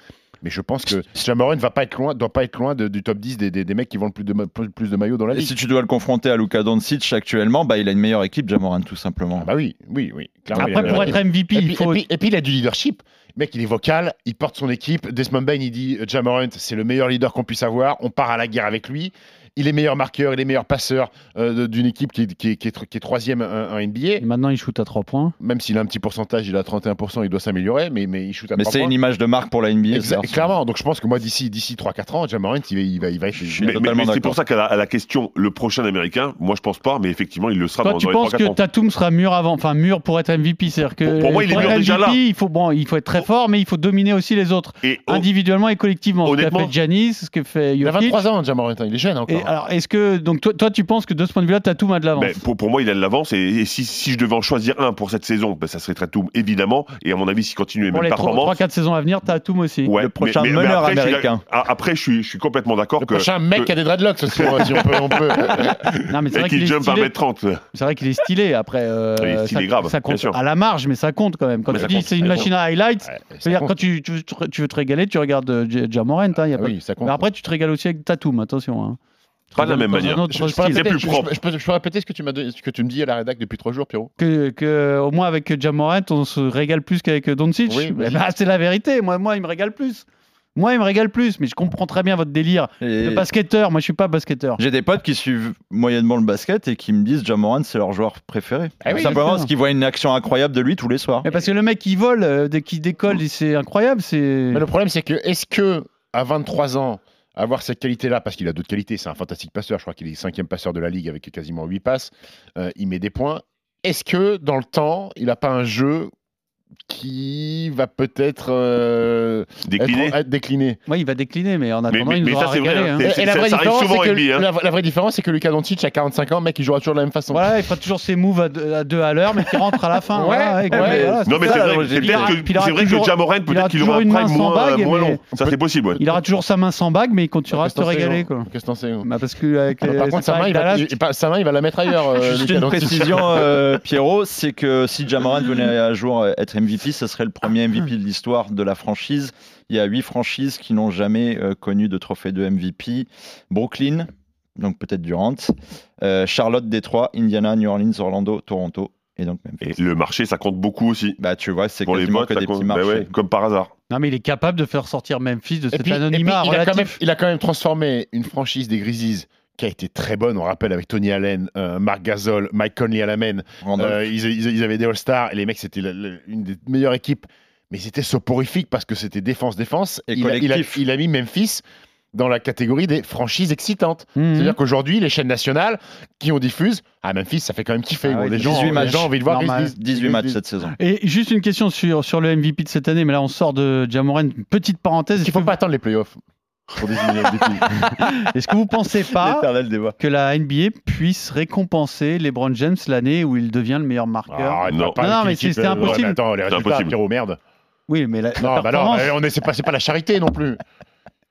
Speaker 7: mais je pense que Jamorant va pas être loin, doit pas être loin de- du top 10 des, des- des mecs qui vendent le plus de, ma- plus- plus de maillots dans la
Speaker 6: Et
Speaker 7: ligue.
Speaker 6: si tu dois le confronter à Luka Doncic actuellement, bah, il a une meilleure équipe, Jamoran, tout simplement.
Speaker 7: Ah bah oui, oui, oui. clairement, il y a-
Speaker 5: Après, pour être MVP,
Speaker 7: Et puis,
Speaker 5: il faut.
Speaker 7: et puis- et puis, il a du leadership. Le Mec, il est vocal, il porte son équipe. Desmond Bain, il dit euh, Jamorant, c'est le meilleur leader qu'on puisse avoir. On part à la guerre avec lui. Il est meilleur marqueur, il est meilleur passeur euh, de- d'une équipe qui est, qui, est, qui, est, tr- qui est troisième en en
Speaker 5: Et
Speaker 7: NBA.
Speaker 5: Maintenant, il shoot à 3 points.
Speaker 7: Même s'il a un petit pourcentage, il a 31%, il doit s'améliorer, mais, mais il shoot
Speaker 8: bah,
Speaker 7: à
Speaker 6: Mais
Speaker 7: trois
Speaker 6: c'est
Speaker 7: points.
Speaker 6: une image de marque pour la NBA.
Speaker 7: Exa-
Speaker 6: ça.
Speaker 7: clairement. Donc je pense que moi, d'ici d'ici 3-4 ans, Jamorant, il va, il va, il va être.
Speaker 6: Je suis
Speaker 8: mais- mais-
Speaker 6: totalement
Speaker 8: mais c'est
Speaker 6: d'accord.
Speaker 8: pour ça qu'à la, à la question, le prochain américain, moi je pense pas, mais effectivement, il le sera
Speaker 5: Toi,
Speaker 8: dans,
Speaker 5: tu
Speaker 8: dans
Speaker 5: penses
Speaker 8: les 3-4
Speaker 5: que
Speaker 8: ans.
Speaker 5: Tatum sera mûr avant, enfin mûr pour être MVP, c'est-à-dire que
Speaker 8: Pour- pour moi, il est
Speaker 5: être
Speaker 8: mûr
Speaker 5: MVP,
Speaker 8: déjà là.
Speaker 5: Il faut bon, il faut être très fort, mais il faut dominer aussi les autres
Speaker 8: Et oh,
Speaker 5: individuellement et collectivement. Ce qu'a
Speaker 8: honnêtement-
Speaker 5: fait Giannis, ce que fait
Speaker 7: Il a
Speaker 5: Jokic.
Speaker 7: 23 ans, Jamorant, hein. il est jeune
Speaker 5: Et
Speaker 7: encore.
Speaker 5: alors, est-ce que donc toi, toi, tu penses que de ce point de vue-là, Tatum a de l'avance
Speaker 8: ben, pour, pour moi, il a de l'avance. Et, et si, si je devais en choisir un pour cette saison, ben, ça serait Tatum, évidemment. Et à mon avis, s'il continue les
Speaker 5: pour
Speaker 8: mêmes
Speaker 5: les
Speaker 8: performances.
Speaker 5: 3-4 saisons à venir, Tatum aussi.
Speaker 8: ouais,
Speaker 6: le prochain
Speaker 8: mais- mais- mais
Speaker 6: meneur
Speaker 8: après, je suis-
Speaker 6: américain.
Speaker 8: ah, après, je suis, je suis complètement d'accord
Speaker 7: le
Speaker 6: euh,
Speaker 8: que.
Speaker 7: prochain mec
Speaker 8: que-
Speaker 7: qui a des dreadlocks aussi, si on peut. On peut.
Speaker 5: Non, mais c'est
Speaker 8: et
Speaker 5: vrai
Speaker 8: ben, qu'il
Speaker 5: qu'il est
Speaker 8: jump à
Speaker 5: stylé.
Speaker 8: 1m30.
Speaker 5: C'est vrai qu'il est stylé. Après, euh,
Speaker 8: Il est stylé
Speaker 5: ça,
Speaker 8: grave,
Speaker 5: ça
Speaker 8: bien
Speaker 5: compte
Speaker 8: sûr.
Speaker 5: à la marge, mais ça compte quand même. Quand
Speaker 8: Mais
Speaker 5: tu
Speaker 8: ça
Speaker 5: dis
Speaker 8: compte,
Speaker 5: c'est une
Speaker 8: ça
Speaker 5: machine à highlight,
Speaker 7: Ouais, ça
Speaker 5: c'est-à-dire
Speaker 7: compte.
Speaker 5: quand tu, tu, tu veux te régaler, tu regardes euh, Ja- Ja Morant. hein, y a
Speaker 7: Ah
Speaker 5: pas de-
Speaker 7: oui, ça compte.
Speaker 5: Mais après, tu te régales aussi avec Tatum. Attention. hein. Tu te
Speaker 8: Pas de la
Speaker 5: régales
Speaker 8: même
Speaker 5: dans un
Speaker 8: manière.
Speaker 5: autre
Speaker 7: Je, je peux
Speaker 5: style.
Speaker 7: répéter-
Speaker 8: plus
Speaker 7: je-
Speaker 8: propre.
Speaker 7: je peux- je peux répéter ce que tu m'as don- ce que tu me dis à la rédac depuis trois jours, Pierrot.
Speaker 5: que, que au moins avec Jamorant, on se régale plus qu'avec Doncic.
Speaker 7: Oui,
Speaker 5: Eh ben, c'est la vérité. Moi, moi, il me régale plus. Moi, il me régale plus, mais je comprends très bien votre délire
Speaker 6: Et
Speaker 5: de basketteur. Moi, je suis pas basketteur.
Speaker 6: J'ai des potes qui suivent moyennement le basket et qui me disent Jamoran, c'est leur joueur préféré.
Speaker 7: Ah oui,
Speaker 6: Simplement
Speaker 5: d'accord.
Speaker 6: parce qu'ils voient une action incroyable de lui tous les soirs.
Speaker 5: Mais parce que le mec qui vole, euh, dès qu'il décolle, et c'est incroyable.
Speaker 8: Mm.
Speaker 5: C'est
Speaker 7: Mais le problème, c'est que est-ce que à 23 ans, avoir cette qualité-là, parce qu'il a d'autres qualités, c'est un fantastique passeur, je crois qu'il est cinquième passeur de la ligue avec quasiment 8 passes, euh, il met des points. Est-ce que dans le temps, il n'a pas un jeu qui va peut-être euh, être-
Speaker 8: Décliné.
Speaker 7: être décliné
Speaker 5: Moi, il va décliner, mais en
Speaker 8: Mais-
Speaker 5: attendant,
Speaker 8: mais-
Speaker 5: il nous
Speaker 8: mais
Speaker 5: aura
Speaker 8: ça, c'est vrai,
Speaker 5: régalé.
Speaker 8: hein.
Speaker 5: hein.
Speaker 8: C'est-
Speaker 7: Et- et la
Speaker 8: ça-
Speaker 7: vraie
Speaker 8: ça arrive
Speaker 7: différence,
Speaker 8: souvent
Speaker 7: c'est
Speaker 8: en
Speaker 7: que
Speaker 8: NBA, hein.
Speaker 7: la, la vraie différence, c'est que Lucas Doncic à 45 ans, mec, il jouera toujours de la même façon.
Speaker 5: Voilà, il fera toujours ses moves à deux à, deux à l'heure, mais qui rentre à la fin.
Speaker 7: Ouais,
Speaker 5: voilà, et que-
Speaker 7: ouais.
Speaker 5: voilà,
Speaker 8: Non, mais
Speaker 5: ça,
Speaker 8: c'est
Speaker 5: la
Speaker 8: vrai,
Speaker 5: logique.
Speaker 8: c'est
Speaker 5: Il aura-
Speaker 8: peut-être
Speaker 5: puis il
Speaker 8: que,
Speaker 5: aura
Speaker 8: c'est vrai que
Speaker 5: toujours-
Speaker 8: Jamoran,
Speaker 5: il aura
Speaker 8: peut-être qu'il aura
Speaker 5: toujours
Speaker 8: un
Speaker 5: une main
Speaker 8: prime
Speaker 5: sans
Speaker 8: moins, euh,
Speaker 5: bague,
Speaker 8: moins
Speaker 5: mais-
Speaker 8: long. Ça, c'est possible, ouais.
Speaker 5: Il aura toujours sa main sans bague, mais il continuera de
Speaker 7: Qu'est-ce
Speaker 5: se
Speaker 7: que t'en sais,
Speaker 5: régaler.
Speaker 7: Jean
Speaker 5: Quoi.
Speaker 7: Qu'est-ce que t'en sais Jean
Speaker 5: Bah, parce que avec les-
Speaker 7: Ah,
Speaker 6: Euh,
Speaker 7: Par contre,
Speaker 5: c'est
Speaker 7: sa main,
Speaker 5: pareil,
Speaker 7: il va,
Speaker 5: Dallas,
Speaker 7: il- pas- sa main, il va la mettre ailleurs. euh,
Speaker 6: Juste
Speaker 7: Luka
Speaker 6: une
Speaker 7: Doncic.
Speaker 6: précision, euh, Pierrot, c'est que si Jamoran venait à jour être MVP, ce serait le premier MVP de l'histoire de la franchise. Il y a huit franchises qui n'ont jamais euh, connu de trophée de MVP. Brooklyn, donc peut-être Durant, euh, Charlotte, Détroit, Indiana, New Orleans, Orlando, Toronto et donc
Speaker 8: Et
Speaker 6: Memphis.
Speaker 8: le marché, ça compte beaucoup aussi.
Speaker 6: Bah tu vois, c'est
Speaker 8: Pour les
Speaker 6: quasiment
Speaker 8: votes,
Speaker 6: que
Speaker 8: ça
Speaker 6: des petits
Speaker 8: compte. Bah
Speaker 6: marchés.
Speaker 8: ouais, comme par hasard.
Speaker 5: Non, mais il est capable de faire sortir Memphis de
Speaker 7: Et
Speaker 5: cet
Speaker 7: puis- et puis,
Speaker 5: anonymat
Speaker 7: il, a quand même,
Speaker 5: relatif.
Speaker 7: il a quand même transformé une franchise des Grizzlies qui a été très bonne, on rappelle, avec Tony Allen, euh, Mark Gasol, Mike Conley à la main.
Speaker 6: Randolph.
Speaker 7: Euh, ils, ils- ils avaient des All-Stars et les mecs, c'était la- la- une des meilleures équipes. Mais c'était soporifique parce que c'était défense-défense.
Speaker 6: Et
Speaker 7: il, a- il a-
Speaker 6: collectif.
Speaker 7: il a mis Memphis dans la catégorie des franchises excitantes.
Speaker 5: Mhm.
Speaker 7: C'est-à-dire qu'aujourd'hui, les chaînes nationales qui ont diffuse, à Memphis, ça fait quand même kiffer.
Speaker 6: Ah
Speaker 7: gros.
Speaker 6: ouais,
Speaker 7: les, gens,
Speaker 6: 18
Speaker 7: les
Speaker 6: matchs,
Speaker 7: gens ont envie de voir.
Speaker 5: normal.
Speaker 7: 10,
Speaker 6: 18 matchs
Speaker 7: 10.
Speaker 6: cette saison.
Speaker 5: Et juste une question sur, sur le MVP de cette année, mais là on sort de Jamoran, une petite parenthèse.
Speaker 7: Il
Speaker 5: Est-ce
Speaker 7: faut
Speaker 5: que-
Speaker 7: pas attendre les playoffs pour désigner le MVP.
Speaker 5: est-ce que vous pensez pas
Speaker 6: L'éternel débat.
Speaker 5: que la NBA puisse récompenser LeBron James l'année où il devient le meilleur marqueur.
Speaker 7: Ah, on va pas
Speaker 5: Non,
Speaker 7: avec
Speaker 5: non, mais
Speaker 7: une équipe,
Speaker 5: c'est- c'était
Speaker 7: euh,
Speaker 5: impossible.
Speaker 7: ouais, mais attends, les résultats,
Speaker 8: impossible.
Speaker 7: Pierrot, merde.
Speaker 5: Oui, mais la, la
Speaker 7: Non, bah non,
Speaker 5: performance,
Speaker 7: eh, on est- c'est pas, c'est pas la charité non plus.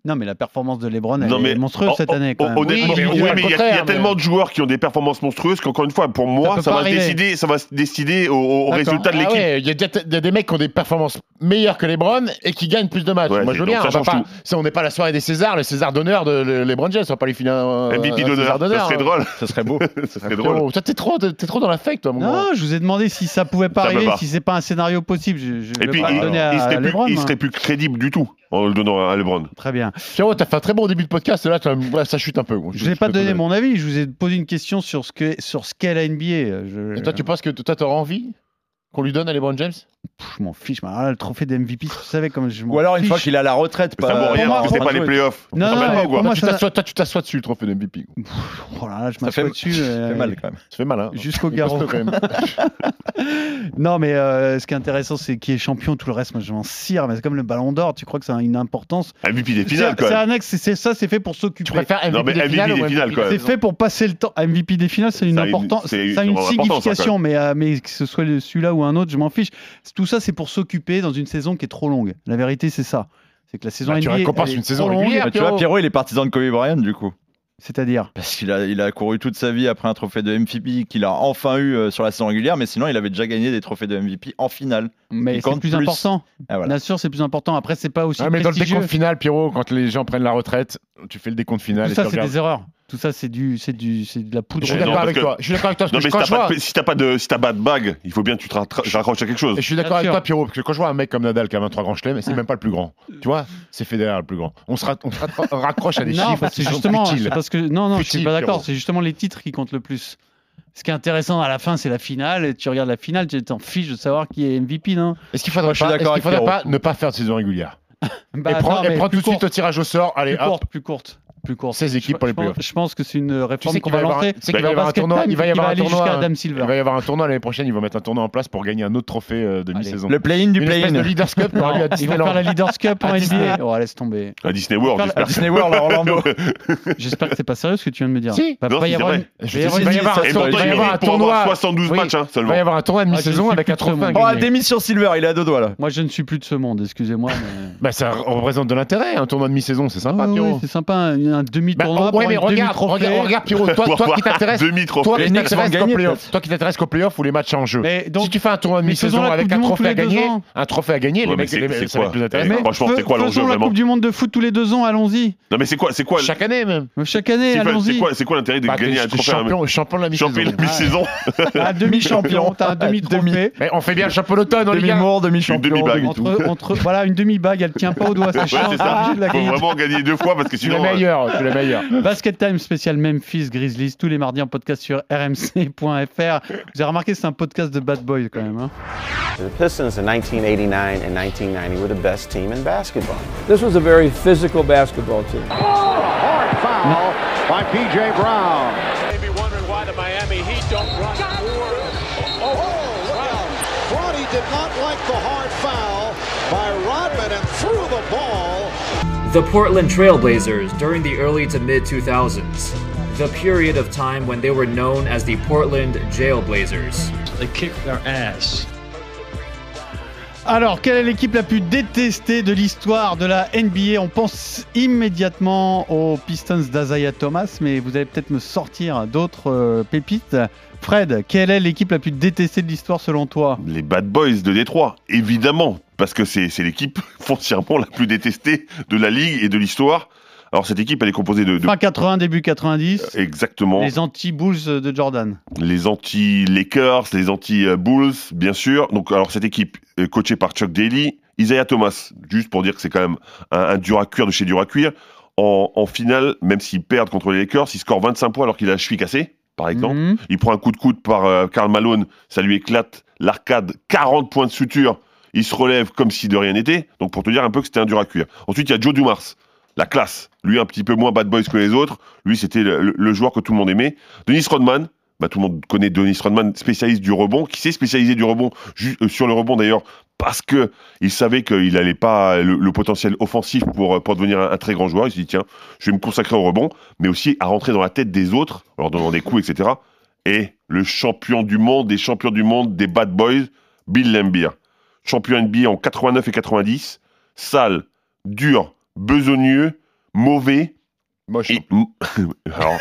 Speaker 5: non, mais la performance de LeBron elle
Speaker 8: Non, mais-
Speaker 5: est monstrueuse cette
Speaker 8: Oh, oh,
Speaker 5: année. Quand
Speaker 8: oh,
Speaker 5: même.
Speaker 8: Honnêtement,
Speaker 7: Oui, mais-
Speaker 8: oui,
Speaker 7: oui,
Speaker 8: mais il
Speaker 7: mais
Speaker 8: y a- il y,
Speaker 7: contraire,
Speaker 8: a
Speaker 7: mais-
Speaker 8: tellement de joueurs qui ont des performances monstrueuses qu'encore une fois, pour moi,
Speaker 5: peut
Speaker 8: ça,
Speaker 5: pas
Speaker 8: va se
Speaker 5: arriver.
Speaker 8: décider, ça va se décider au, au- au
Speaker 5: D'accord.
Speaker 8: résultat de
Speaker 7: Ah
Speaker 8: l'équipe.
Speaker 7: ouais, il y, a des- il y a des mecs qui ont des performances meilleures que les Browns et qui gagnent plus de matchs.
Speaker 8: Ouais,
Speaker 7: Moi, je veux
Speaker 8: donc
Speaker 7: bien.
Speaker 8: ça
Speaker 7: on va
Speaker 8: change
Speaker 7: pas-
Speaker 8: tout.
Speaker 7: ça, on n'est pas la soirée des Césars, les Césars d'honneur de le- les Browns James, on va pas les filer un, un-
Speaker 8: MVP
Speaker 7: un César hein.
Speaker 8: d'honneur, ça serait drôle.
Speaker 6: Ce serait beau.
Speaker 8: Ça serait
Speaker 7: Pierrot,
Speaker 8: drôle.
Speaker 7: Toi, t'es trop, t'es t'es trop dans l'affect, toi, mon gars.
Speaker 5: Non, je vous ai demandé si ça pouvait pas
Speaker 8: Ça peut
Speaker 5: arriver,
Speaker 8: pas.
Speaker 5: si c'est pas un scénario possible. Je, je
Speaker 8: Et
Speaker 5: vais
Speaker 8: puis,
Speaker 5: pas
Speaker 8: il,
Speaker 5: le donner à,
Speaker 8: il
Speaker 5: à
Speaker 8: serait plus,
Speaker 5: LeBron.
Speaker 8: il
Speaker 5: hein.
Speaker 8: serait plus crédible du tout en le donnant à LeBron.
Speaker 5: Très bien.
Speaker 7: Pierrot, t'as fait un très bon début de podcast, là, tu vas me- ouais, ça chute un peu. gros.
Speaker 5: Je n'ai pas
Speaker 7: te
Speaker 5: donné
Speaker 7: donne-
Speaker 5: mon avis. Je vous ai posé une question sur ce que sur ce qu'est la NBA. Je,
Speaker 7: Et toi, tu penses que t- toi, t'auras envie qu'on lui donne à LeBron James
Speaker 5: Pff, je m'en fiche. mais alors là, le trophée de MVP, vous savez comment je m'en
Speaker 6: Ou alors une
Speaker 5: fiche.
Speaker 6: fois qu'il a la retraite.
Speaker 8: Ça vaut rien
Speaker 5: moi,
Speaker 8: parce que c'est
Speaker 5: pour
Speaker 8: pas les playoffs.
Speaker 5: Non,
Speaker 8: Ça
Speaker 5: non, mais
Speaker 8: va pas, ou Ah, bah, quoi
Speaker 5: pour moi,
Speaker 7: tu
Speaker 5: ça-
Speaker 7: t'assois, Toi, tu t'assois dessus, le trophée de MVP. gros.
Speaker 5: Oh là là, je
Speaker 6: Ça fait-
Speaker 5: m'assois dessus.
Speaker 6: Ça
Speaker 5: euh,
Speaker 6: fait mal quand même.
Speaker 7: Ça fait mal, hein
Speaker 5: Jusqu'au
Speaker 7: C'est costaud,
Speaker 5: garrot.
Speaker 7: quand même.
Speaker 5: Non, mais euh, ce qui est intéressant, c'est qui est champion. Tout le reste, moi, je m'en cire. Mais c'est comme le Ballon d'Or. Tu crois que ça a une importance
Speaker 8: MVP des
Speaker 5: C'est
Speaker 8: finales, quand
Speaker 5: c'est
Speaker 8: même.
Speaker 5: un axe. c'est- C'est ça. C'est fait pour
Speaker 7: Tu
Speaker 5: s'occuper.
Speaker 7: préfères MVP
Speaker 8: Non, mais
Speaker 7: des finales
Speaker 8: MVP
Speaker 7: ou
Speaker 8: des finales,
Speaker 7: MVP
Speaker 8: quand
Speaker 5: C'est
Speaker 8: même.
Speaker 5: fait pour passer le temps. MVP des finales, c'est une
Speaker 8: Euh, Ça a une-
Speaker 5: importance,
Speaker 8: c'est
Speaker 5: ça a une
Speaker 8: une importance,
Speaker 5: signification, mais, euh, mais que ce soit le- celui-là ou un autre, je m'en fiche. C'est- Tout ça, c'est pour s'occuper dans une saison qui est trop longue. La vérité, c'est ça. C'est que la saison
Speaker 7: Bah, tu
Speaker 5: NBA,
Speaker 7: récompenses
Speaker 5: elle est
Speaker 7: une saison
Speaker 5: trop longue,
Speaker 7: régulière.
Speaker 6: Mais tu vois, Ah, Pierrot, il est partisan de Kobe Bryant du coup.
Speaker 5: C'est-à-dire.
Speaker 6: Parce qu'il a, il a couru toute sa vie après un trophée de MVP qu'il a enfin eu euh, sur la saison régulière, mais sinon il avait déjà gagné des trophées de MVP en finale.
Speaker 5: Mais
Speaker 6: Il
Speaker 5: c'est
Speaker 6: compte
Speaker 5: plus,
Speaker 6: plus.
Speaker 5: important.
Speaker 6: Ah, voilà.
Speaker 5: Bien sûr, c'est plus important. Après, c'est pas aussi
Speaker 7: Ouais, Ah, mais dans le
Speaker 5: prestigieux.
Speaker 7: décompte final, Pierrot, quand les gens prennent la retraite, tu fais le décompte final.
Speaker 5: Tout
Speaker 7: et
Speaker 5: ça,
Speaker 7: tu
Speaker 5: c'est
Speaker 7: regardes.
Speaker 5: des erreurs. Tout ça, c'est du, c'est du, c'est de la poudre.
Speaker 7: Je suis
Speaker 8: Non,
Speaker 5: aux lèvres.
Speaker 8: parce
Speaker 7: d'accord avec
Speaker 8: que-
Speaker 7: toi. Je suis d'accord avec toi. parce
Speaker 8: Non,
Speaker 7: que
Speaker 8: mais si
Speaker 7: quand
Speaker 8: t'as
Speaker 7: je vois-
Speaker 8: pas de- si t'as pas de si t'as pas de bague, il faut bien que tu te rattra- te raccroches à quelque chose.
Speaker 7: Je suis d'accord
Speaker 5: Bien
Speaker 7: avec
Speaker 5: sûr.
Speaker 7: toi, Pierrot, parce que quand je vois un mec comme Nadal qui a 23 grands chelems, c'est même pas le plus grand. Tu vois, c'est Federer le plus grand. On se, ra- on se ra- on raccroche à des
Speaker 5: non,
Speaker 7: chiffres
Speaker 5: parce que
Speaker 7: qui sont
Speaker 5: justement,
Speaker 7: futiles.
Speaker 5: c'est parce que non, non, je suis
Speaker 7: Futile,
Speaker 5: pas d'accord.
Speaker 7: Pierrot.
Speaker 5: C'est justement les titres qui comptent le plus. Ce qui est intéressant à la fin, c'est la finale. Et tu regardes la finale, tu t'en fiches de savoir qui est MVP, non
Speaker 7: Est-ce qu'il faudrait,
Speaker 6: je suis
Speaker 7: pas, est-ce
Speaker 6: d'accord
Speaker 7: qu'il
Speaker 6: avec
Speaker 7: faudrait pas ne pas faire de saison régulière
Speaker 5: Bah,
Speaker 7: Et prendre,
Speaker 5: non,
Speaker 7: et
Speaker 5: mais
Speaker 7: prendre
Speaker 5: plus
Speaker 7: tout de suite
Speaker 5: court.
Speaker 7: au tirage au sort, allez
Speaker 5: plus
Speaker 7: hop,
Speaker 5: courte, plus courte, plus courte.
Speaker 7: 16 équipes pour les
Speaker 5: je, pense,
Speaker 7: playoffs.
Speaker 5: je pense que c'est une
Speaker 7: Tu
Speaker 5: réforme
Speaker 7: sais
Speaker 5: qu'on
Speaker 7: qu'il
Speaker 5: va
Speaker 7: va y avoir,
Speaker 5: lancer.
Speaker 7: tu sais qu'il va y
Speaker 5: Dans
Speaker 7: avoir un
Speaker 5: basket
Speaker 7: tournoi,
Speaker 5: time,
Speaker 7: il va y
Speaker 5: qui
Speaker 7: avoir un
Speaker 5: aller
Speaker 7: tournoi,
Speaker 5: jusqu'à
Speaker 7: euh,
Speaker 5: Adam
Speaker 7: il
Speaker 5: Silver.
Speaker 7: va y avoir un tournoi l'année prochaine, ils vont mettre un tournoi en place pour gagner un autre trophée euh, de
Speaker 5: Allez.
Speaker 7: mi-saison.
Speaker 6: Le play-in du
Speaker 7: Une espèce de
Speaker 6: play-in.
Speaker 7: Leaders Cup qu'on aura eu à
Speaker 5: Ils vont faire
Speaker 7: Disneyland.
Speaker 5: la Leaders Cup en
Speaker 7: À Disney.
Speaker 5: NBA. Oh, laisse tomber.
Speaker 8: À Disney World,
Speaker 5: Faire la-
Speaker 6: À
Speaker 8: j'espère.
Speaker 6: Disney World, à Orlando.
Speaker 5: J'espère que c'est pas sérieux ce que tu viens de me dire.
Speaker 7: Si.
Speaker 5: va
Speaker 8: Non,
Speaker 5: pas
Speaker 8: si,
Speaker 5: y
Speaker 8: c'est
Speaker 5: avoir
Speaker 8: vrai.
Speaker 5: une-
Speaker 7: Je
Speaker 5: va y
Speaker 7: te
Speaker 5: avoir une-
Speaker 7: dis, il va y
Speaker 8: Et
Speaker 7: avoir un
Speaker 8: ils vont
Speaker 7: tournoi-
Speaker 8: être
Speaker 7: il va y avoir un
Speaker 8: éliminés pour
Speaker 7: tournoi.
Speaker 8: avoir 72
Speaker 7: Oui.
Speaker 8: matchs hein,
Speaker 7: Il va y
Speaker 8: seulement.
Speaker 7: avoir un tournoi de
Speaker 5: Ah, je
Speaker 7: mi-saison
Speaker 5: suis
Speaker 7: avec
Speaker 5: plus
Speaker 7: un trophée
Speaker 5: très bon.
Speaker 6: Bon,
Speaker 7: à
Speaker 6: à
Speaker 7: gagner.
Speaker 6: demi-sur Silver, il est à deux doigts là.
Speaker 5: Moi, je ne suis plus de ce monde. Excusez-moi. mais-
Speaker 7: Bah, ça représente de l'intérêt, un tournoi de mi-saison, c'est sympa,
Speaker 5: Oui, oui,
Speaker 7: Bah, Pierrot.
Speaker 5: c'est sympa, un, un
Speaker 7: Bah,
Speaker 5: demi-tournoi
Speaker 7: ouais,
Speaker 5: pour
Speaker 7: mais
Speaker 5: un
Speaker 7: regarde,
Speaker 5: demi-trophée.
Speaker 7: regarde, regarde, Pierrot, toi, toi qui t'intéresses. Toi
Speaker 8: Demi-trophée.
Speaker 7: qui
Speaker 6: Les Knicks vont
Speaker 7: t'intéresses qu'aux
Speaker 6: gagner,
Speaker 7: playoffs,
Speaker 6: peut-être.
Speaker 7: toi qui t'intéresses qu'aux playoffs où les matchs sont en jeu.
Speaker 5: Mais donc,
Speaker 7: si tu fais un tournoi de
Speaker 5: mais faisons
Speaker 7: mi-saison
Speaker 5: la
Speaker 7: avec
Speaker 5: Coupe
Speaker 7: un
Speaker 5: du Monde
Speaker 7: trophée
Speaker 5: tous
Speaker 7: à
Speaker 5: les deux
Speaker 7: gagner,
Speaker 5: ans.
Speaker 7: un trophée à gagner, les
Speaker 8: Ouais, mais
Speaker 7: mecs,
Speaker 8: c'est-
Speaker 7: les
Speaker 8: c'est
Speaker 7: mecs, ça va
Speaker 8: quoi
Speaker 7: être plus intéressant.
Speaker 8: Mais- Franchement,
Speaker 5: fais-
Speaker 8: c'est quoi l'enjeu,
Speaker 5: Faisons la
Speaker 8: vraiment
Speaker 5: Coupe du Monde de foot tous les deux ans. Allons-y.
Speaker 8: Non, mais c'est quoi, c'est quoi,
Speaker 7: Chaque année même.
Speaker 5: Chaque année,
Speaker 8: c'est quoi- c'est
Speaker 5: allons-y.
Speaker 8: quoi, c'est quoi l'intérêt de
Speaker 7: Bah,
Speaker 8: gagner
Speaker 7: t'es-
Speaker 8: un
Speaker 7: t'es
Speaker 8: trophée à un
Speaker 7: champion, champion de la mi-saison.
Speaker 8: champion de mi-saison
Speaker 5: Un demi-champion, t'as un demi-trophée.
Speaker 7: Mais on fait bien le champion d'automne, on les gars.
Speaker 6: Demi-Moore, demi-champion.
Speaker 8: demi-bague.
Speaker 6: demi- tout.
Speaker 5: Entre, entre, voilà, une demi-bague, elle tient pas au doigt, ça
Speaker 8: Ouais,
Speaker 5: change.
Speaker 8: c'est ça.
Speaker 5: obligé de la
Speaker 8: Faut
Speaker 5: gagner.
Speaker 8: vraiment gagner deux fois parce que
Speaker 7: Tu es le
Speaker 8: sinon. euh,
Speaker 7: meilleur, tu es le meilleur.
Speaker 5: Basket Time spécial Memphis Grizzlies, tous les mardis en podcast sur rmc.fr. Vous avez remarqué, c'est un podcast de bad boy quand même. hein.
Speaker 10: The Pistons in 1989 and 1990 were the best team in basketball.
Speaker 2: This was a very physical basketball team.
Speaker 11: By P.J. Brown.
Speaker 2: Maybe wondering why the Miami Heat don't run more. Oh, wow.
Speaker 11: Brody did not like the hard foul by Rodman and threw the ball.
Speaker 2: The Portland Trailblazers during the early to mid 2000s, the period of time when they were known as the Portland Jailblazers.
Speaker 5: Alors, quelle est l'équipe la plus détestée de l'histoire de la NBA On pense immédiatement aux Pistons d'Azaya Thomas, mais vous allez peut-être me sortir d'autres euh, pépites. Fred, quelle est l'équipe la plus détestée de l'histoire selon toi
Speaker 8: euh, Les Bad Boys de Détroit, évidemment, parce que c'est c'est l'équipe foncièrement la plus détestée de la ligue et de l'histoire. Alors cette équipe, elle est composée de, de-
Speaker 5: Fin 80, début
Speaker 8: Euh,
Speaker 5: 90,
Speaker 8: exactement
Speaker 5: les anti-Bulls de Jordan.
Speaker 8: les anti-Lakers, les anti-Bulls, bien sûr. Donc alors cette équipe est coachée par Chuck Daly, Isaiah Thomas, juste pour dire que c'est quand même un, un dur à cuire de chez dur à cuire. en, en finale, même s'ils perdent contre les Lakers, il score 25 points alors qu'il a le cheville cassé, par exemple.
Speaker 5: Mhm.
Speaker 8: Il prend un coup de coude par euh, Karl Malone, ça lui éclate l'arcade, 40 points de suture. Il se relève comme si de rien n'était. Donc pour te dire un peu que c'était un dur à cuire. Ensuite, il y a Joe Dumars, la classe. Lui, un petit peu moins bad boys que les autres. Lui, c'était le, le- le joueur que tout le monde aimait. Dennis Rodman, bah, tout le monde connaît Dennis Rodman, spécialiste du rebond, qui s'est spécialisé du rebond, ju- euh, sur le rebond d'ailleurs, parce que il savait qu'il n'allait pas le, le potentiel offensif pour, euh, pour devenir un, un très grand joueur. Il s'est dit, tiens, je vais me consacrer au rebond, mais aussi à rentrer dans la tête des autres, en leur donnant des coups, etc. Et le champion du monde, des champions du monde, des bad boys, Bill Lambier. Champion NBA en 89 et 90, sale, dur, besogneux, mauvais,
Speaker 7: Moche.
Speaker 8: et- Alors,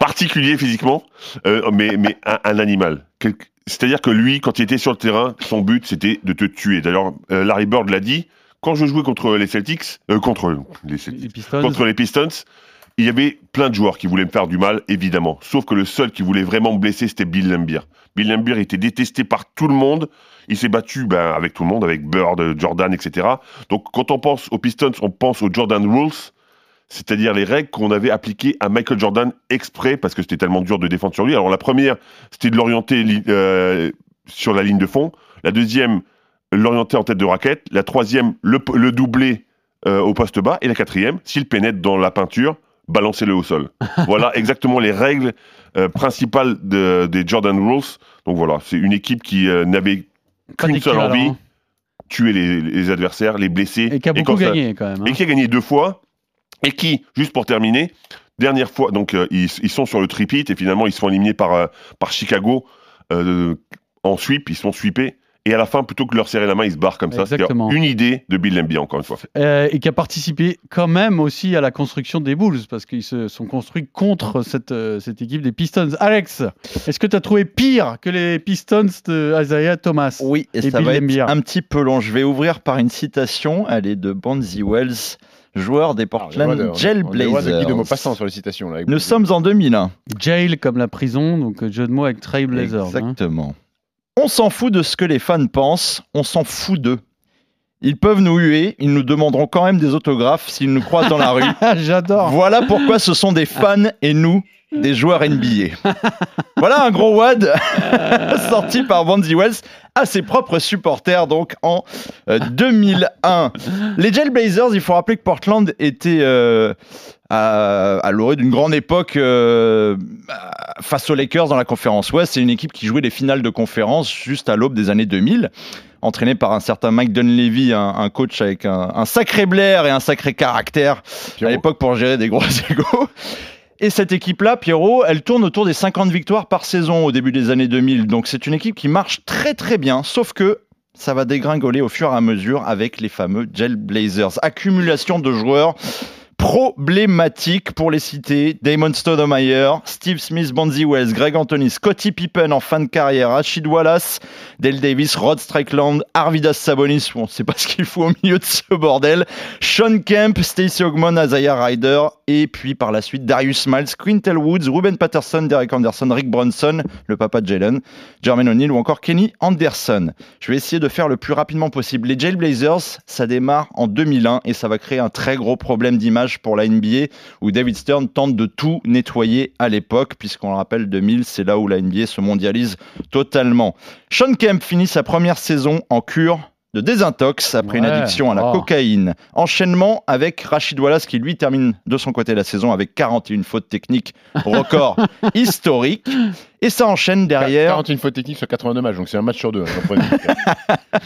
Speaker 8: particulier physiquement, euh, mais, mais un, un animal. Quel- C'est-à-dire que lui, quand il était sur le terrain, son but, c'était de te tuer. D'ailleurs, euh, Larry Bird l'a dit, quand je jouais contre les Celtics, euh, contre les Celtics,
Speaker 5: Les Pistons.
Speaker 8: contre les Pistons, il y avait plein de joueurs qui voulaient me faire du mal, évidemment. Sauf que le seul qui voulait vraiment me blesser, c'était Bill Lambier. Bill Lambier était détesté par tout le monde. Il s'est battu ben, avec tout le monde, avec Bird, euh, Jordan, etc. Donc quand on pense aux Pistons, on pense aux Jordan Rules, c'est-à-dire les règles qu'on avait appliquées à Michael Jordan exprès, parce que c'était tellement dur de défendre sur lui. Alors la première, c'était de l'orienter li- euh, sur la ligne de fond. La deuxième, l'orienter en tête de raquette. La troisième, le, p- le doubler euh, au poste bas. Et la quatrième, s'il pénètre dans la peinture, balancez-le au sol. voilà exactement les règles euh, principales de- des Jordan Rules. Donc voilà, c'est une équipe qui euh, n'avait
Speaker 5: Pas
Speaker 8: qu'une seule
Speaker 5: d'équivalent,
Speaker 8: envie,
Speaker 5: hein.
Speaker 8: tuer les, les adversaires, les blesser.
Speaker 5: Et qui a beaucoup
Speaker 8: quand ça-
Speaker 5: gagné quand même. hein.
Speaker 8: et qui a gagné deux fois, et qui, juste pour terminer, dernière fois, donc euh, ils, ils sont sur le tripit, et finalement ils se font éliminer par, euh, par Chicago euh, en sweep, ils sont sweepés, et à la fin, plutôt que de leur serrer la main, ils se barrent comme ça. C'est-à-dire
Speaker 5: Exactement.
Speaker 8: une idée de Bill Lambier, encore une fois.
Speaker 5: Euh, et qui a participé quand même aussi à la construction des Bulls, parce qu'ils se sont construits contre cette, euh, cette équipe des Pistons. Alex, est-ce que tu as trouvé pire que les Pistons de Isaiah Thomas
Speaker 6: Oui, et,
Speaker 5: Et
Speaker 6: ça
Speaker 5: Bill
Speaker 6: va être
Speaker 5: Lambier.
Speaker 6: un petit peu long. Je vais ouvrir par une citation. Elle est de Bonzi Wells, joueur des Portland
Speaker 7: de Guy de
Speaker 6: Jailblazers.
Speaker 7: Maupassant sur les citations. Là, avec
Speaker 6: Nous
Speaker 7: beaucoup de-
Speaker 6: sommes en 2001.
Speaker 5: Jail comme la prison, donc euh, jeu de mots avec Trailblazers. hein.
Speaker 6: Exactement. On s'en fout de ce que les fans pensent, on s'en fout d'eux. Ils peuvent nous huer, ils nous demanderont quand même des autographes s'ils nous croisent dans la rue.
Speaker 5: Ah, J'adore.
Speaker 6: Voilà pourquoi ce sont des fans et nous, des joueurs NBA. voilà un gros WAD sorti par Vandy Wells à ses propres supporters donc en euh, 2001. Les Jailblazers, il faut rappeler que Portland était euh, à, à l'orée d'une grande époque euh, face aux Lakers dans la conférence Ouest. C'est une équipe qui jouait les finales de conférence juste à l'aube des années 2000 entraîné par un certain Mike Dunleavy, un, un coach avec un, un sacré blair et un sacré caractère à
Speaker 7: Pierrot.
Speaker 6: l'époque pour gérer des gros égos. Et cette équipe-là, Pierrot, elle tourne autour des 50 victoires par saison au début des années 2000. Donc c'est une équipe qui marche très très bien, sauf que ça va dégringoler au fur et à mesure avec les fameux Jailblazers. Accumulation de joueurs problématiques pour les citer. Damon Stoudemire, Steve Smith, Bonzi Wells, Greg Anthony, Scottie Pippen en fin de carrière, Rachid Wallace, Dale Davis, Rod Strickland, Arvidas Sabonis, bon, c'est pas ce qu'il faut au milieu de ce bordel, Sean Kemp, Stacey Ogman, Isaiah Ryder, et puis par la suite Darius Miles, Quintel Woods, Ruben Patterson, Derek Anderson, Rick Bronson, le papa de Jalen, Jermaine O'Neal ou encore Kenny Anderson. Je vais essayer de faire le plus rapidement possible. Les Jailblazers, ça démarre en 2001 et ça va créer un très gros problème d'image pour la NBA où David Stern tente de tout nettoyer à l'époque, puisqu'on le rappelle, 2000, c'est là où la NBA se mondialise totalement. Sean Kemp finit sa première saison en cure de désintox après une
Speaker 5: Ouais.
Speaker 6: addiction à la
Speaker 5: Oh.
Speaker 6: cocaïne. Enchaînement avec Rachid Wallace qui lui termine de son côté la saison avec 41 fautes techniques, record historique. Et ça enchaîne derrière
Speaker 7: 41 fautes techniques sur 82 matchs, donc c'est un match sur deux. hein, après,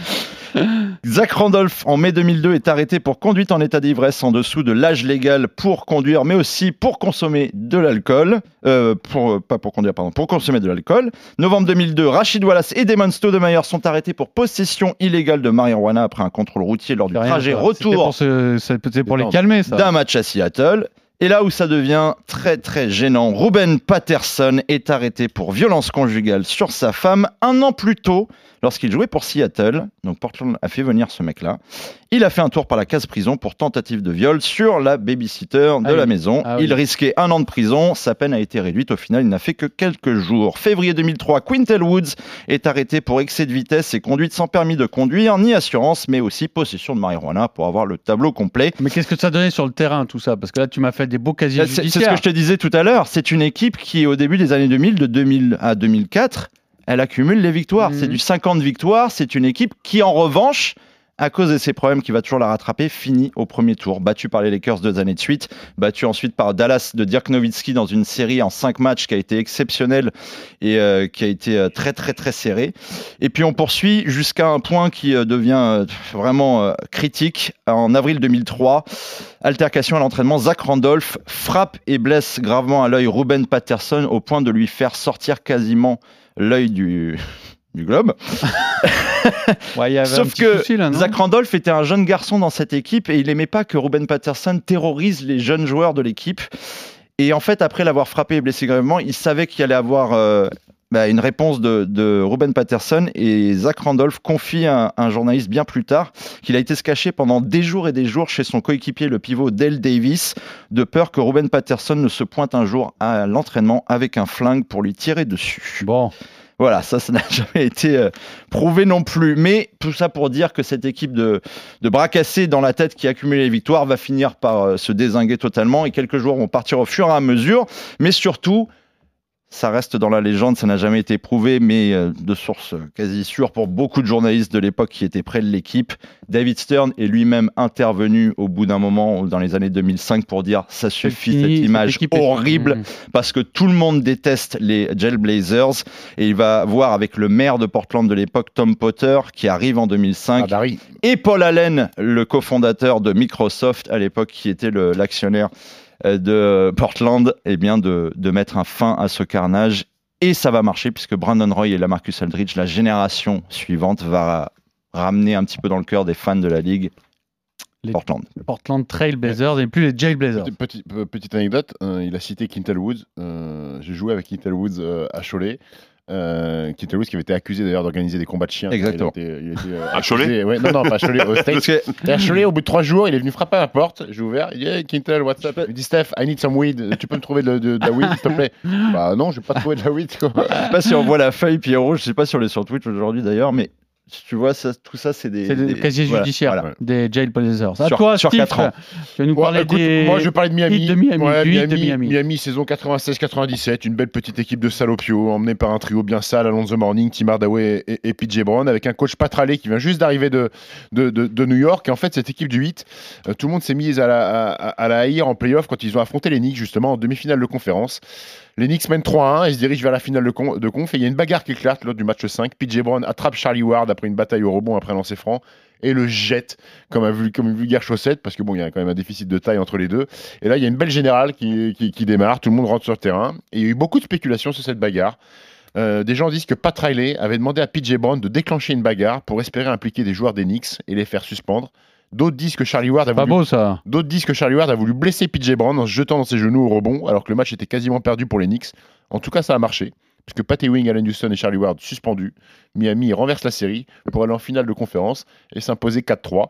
Speaker 6: Zach Randolph, en mai 2002, est arrêté pour conduite en état d'ivresse en dessous de l'âge légal pour conduire, mais aussi pour consommer de l'alcool. Euh, pour, euh, pas pour conduire, pardon, pour consommer de l'alcool. Novembre 2002, Rachid Wallace et Damon Stoudemire sont arrêtés pour possession illégale de marijuana après un contrôle routier lors du
Speaker 5: Rien,
Speaker 6: trajet
Speaker 5: ça. C'était
Speaker 6: retour
Speaker 5: pour, se- c'était pour les
Speaker 7: Détendre.
Speaker 5: calmer, ça.
Speaker 6: d'un match à Seattle. Et là où ça devient très très gênant, Ruben Patterson est arrêté pour violence conjugale sur sa femme un an plus tôt lorsqu'il jouait pour Seattle. Donc Portland a fait venir ce mec-là. Il a fait un tour par la case prison pour tentative de viol sur la babysitter de
Speaker 5: Ah oui.
Speaker 6: la maison.
Speaker 5: Ah oui.
Speaker 6: Il risquait un an de prison. Sa peine a été réduite. Au final, il n'a fait que quelques jours. Février 2003, Quintel Woods est arrêté pour excès de vitesse et conduite sans permis de conduire, ni assurance, mais aussi possession de marijuana pour avoir le tableau complet.
Speaker 5: Mais qu'est-ce que ça donnait sur le terrain, tout ça Parce que là, tu m'as fait des beaux casiers
Speaker 6: C'est Bah, c'est ce
Speaker 5: judiciaires.
Speaker 6: que je te disais tout à l'heure. C'est une équipe qui, au début des années 2000, de 2000 à 2004, elle accumule les victoires.
Speaker 5: Mhm.
Speaker 6: C'est du 50 victoires. C'est une équipe qui, en revanche, à cause de ses problèmes qui va toujours la rattraper, finit au premier tour. Battue par les Lakers deux années de suite, battue ensuite par Dallas de Dirk Nowitzki dans une série en cinq matchs qui a été exceptionnelle et euh, qui a été euh, très très très serrée. Et puis on poursuit jusqu'à un point qui euh, devient euh, vraiment euh, critique. En avril 2003, altercation à l'entraînement, Zach Randolph frappe et blesse gravement à l'œil Ruben Patterson au point de lui faire sortir quasiment l'œil du, du globe.
Speaker 5: Ouais, il y avait un
Speaker 6: Sauf
Speaker 5: petit
Speaker 6: que
Speaker 5: souci, là, Ah non
Speaker 6: Zach Randolph était un jeune garçon dans cette équipe et il n'aimait pas que Ruben Patterson terrorise les jeunes joueurs de l'équipe. Et en fait, après l'avoir frappé et blessé gravement, il savait qu'il allait avoir euh, bah, une réponse de, de Ruben Patterson. Et Zach Randolph confie à un, journaliste bien plus tard qu'il a été se cacher pendant des jours et des jours chez son coéquipier, le pivot Dale Davis, de peur que Ruben Patterson ne se pointe un jour à l'entraînement avec un flingue pour lui tirer dessus.
Speaker 5: Bon,
Speaker 6: Voilà, ça, ça n'a jamais été euh, prouvé non plus. Mais tout ça pour dire que cette équipe de, de bras cassés dans la tête qui accumule les victoires va finir par euh, se désinguer totalement et quelques joueurs vont partir au fur et à mesure. Mais surtout, ça reste dans la légende, ça n'a jamais été prouvé, mais euh, de source euh, quasi sûre pour beaucoup de journalistes de l'époque qui étaient près de l'équipe. David Stern est lui-même intervenu au bout d'un moment, dans les années 2005, pour dire ça
Speaker 5: c'est
Speaker 6: suffit
Speaker 5: fini,
Speaker 6: cette image
Speaker 5: équipe est-
Speaker 6: horrible
Speaker 5: Mmh.
Speaker 6: parce que tout le monde déteste les Jailblazers et il va voir avec le maire de Portland de l'époque, Tom Potter, qui arrive en 2005,
Speaker 7: Ah, Barry,
Speaker 6: et Paul Allen, le cofondateur de Microsoft à l'époque, qui était le- l'actionnaire euh, de Portland, et bien de, de mettre un fin à ce carnage. Et ça va marcher puisque Brandon Roy et Lamarcus Aldridge, la génération suivante, va ramener un petit peu dans le cœur des fans de la ligue
Speaker 5: Les-
Speaker 6: Portland.
Speaker 5: Hmm. Portland Trail Blazers et plus les Jail Blazers.
Speaker 7: Petite, petite- pe- petite anecdote, euh, il a cité Quintel Woods. euh, J'ai joué avec Quintel Woods euh, à Cholet. Euh, Quintel Woods qui avait été accusé d'ailleurs d'organiser des combats de chiens.
Speaker 6: Exactement.
Speaker 7: Il a été- il a été, euh,
Speaker 8: À Cholet
Speaker 7: accusé- ouais, Non, non, pas à Cholet, au States.
Speaker 6: Parce que
Speaker 7: Et à Cholet, au bout de trois jours, il est venu frapper à la porte. J'ai ouvert. Yeah, Quintel, what's up Il me dit Steph, I need some weed. Tu peux me trouver de, de- de la weed, s'il te plaît Bah non, je vais pas trouver de la weed. quoi.
Speaker 6: Je sais pas si on voit la feuille Pierrot, je sais pas si on l'est sur Twitch aujourd'hui d'ailleurs, mais tu vois, ça, tout ça, c'est des.
Speaker 5: C'est le
Speaker 6: des-
Speaker 5: casier
Speaker 6: voilà,
Speaker 5: judiciaire
Speaker 6: voilà.
Speaker 5: des Jail Blazers. À
Speaker 6: Sur-
Speaker 5: toi,
Speaker 6: sur
Speaker 5: Steve,
Speaker 6: quatre ans.
Speaker 5: Tu vas nous
Speaker 7: Bon,
Speaker 5: parler
Speaker 7: Bah, écoute,
Speaker 5: des...
Speaker 7: Moi, je vais parler de Miami.
Speaker 5: hits de Miami,
Speaker 7: Ouais,
Speaker 5: du hit de
Speaker 7: Miami,
Speaker 5: Miami.
Speaker 7: saison 96-97. Une belle petite équipe de salopios, emmenée par un trio bien sale, Alonso Morning, Tim Hardaway et, et PJ Brown, avec un coach patralé qui vient juste d'arriver de, de, de- de New York. Et en fait, cette équipe du 8, euh, tout le monde s'est mis à la, à, à la haïr en playoff quand ils ont affronté les Knicks, justement, en demi-finale de conférence. Les Knicks mènent 3-1 et se dirigent vers la finale de, con- de conf. Et il y a une bagarre qui éclate lors du match 5. PJ Brown attrape Charlie Ward après une bataille au rebond après un lancer franc et le jette comme, un, vul- comme une vulgaire chaussette parce que bon, il y a quand même un déficit de taille entre les deux. Et là, il y a une belle générale qui, qui- qui démarre. Tout le monde rentre sur le terrain. Et il y a eu beaucoup de spéculations sur cette bagarre. Euh, des gens disent que Pat Riley avait demandé à PJ Brown de déclencher une bagarre pour espérer impliquer des joueurs des Knicks et les faire suspendre. D'autres disent que Charlie Ward a
Speaker 5: Pas
Speaker 7: voulu
Speaker 5: beau, ça.
Speaker 7: D'autres disent que Charlie Ward a voulu blesser PJ Brown en se jetant dans ses genoux au rebond, alors que le match était quasiment perdu pour les Knicks. En tout cas, ça a marché, puisque Pat Ewing, Allen Houston et Charlie Ward suspendus. Miami renverse la série pour aller en finale de conférence et s'imposer 4-3.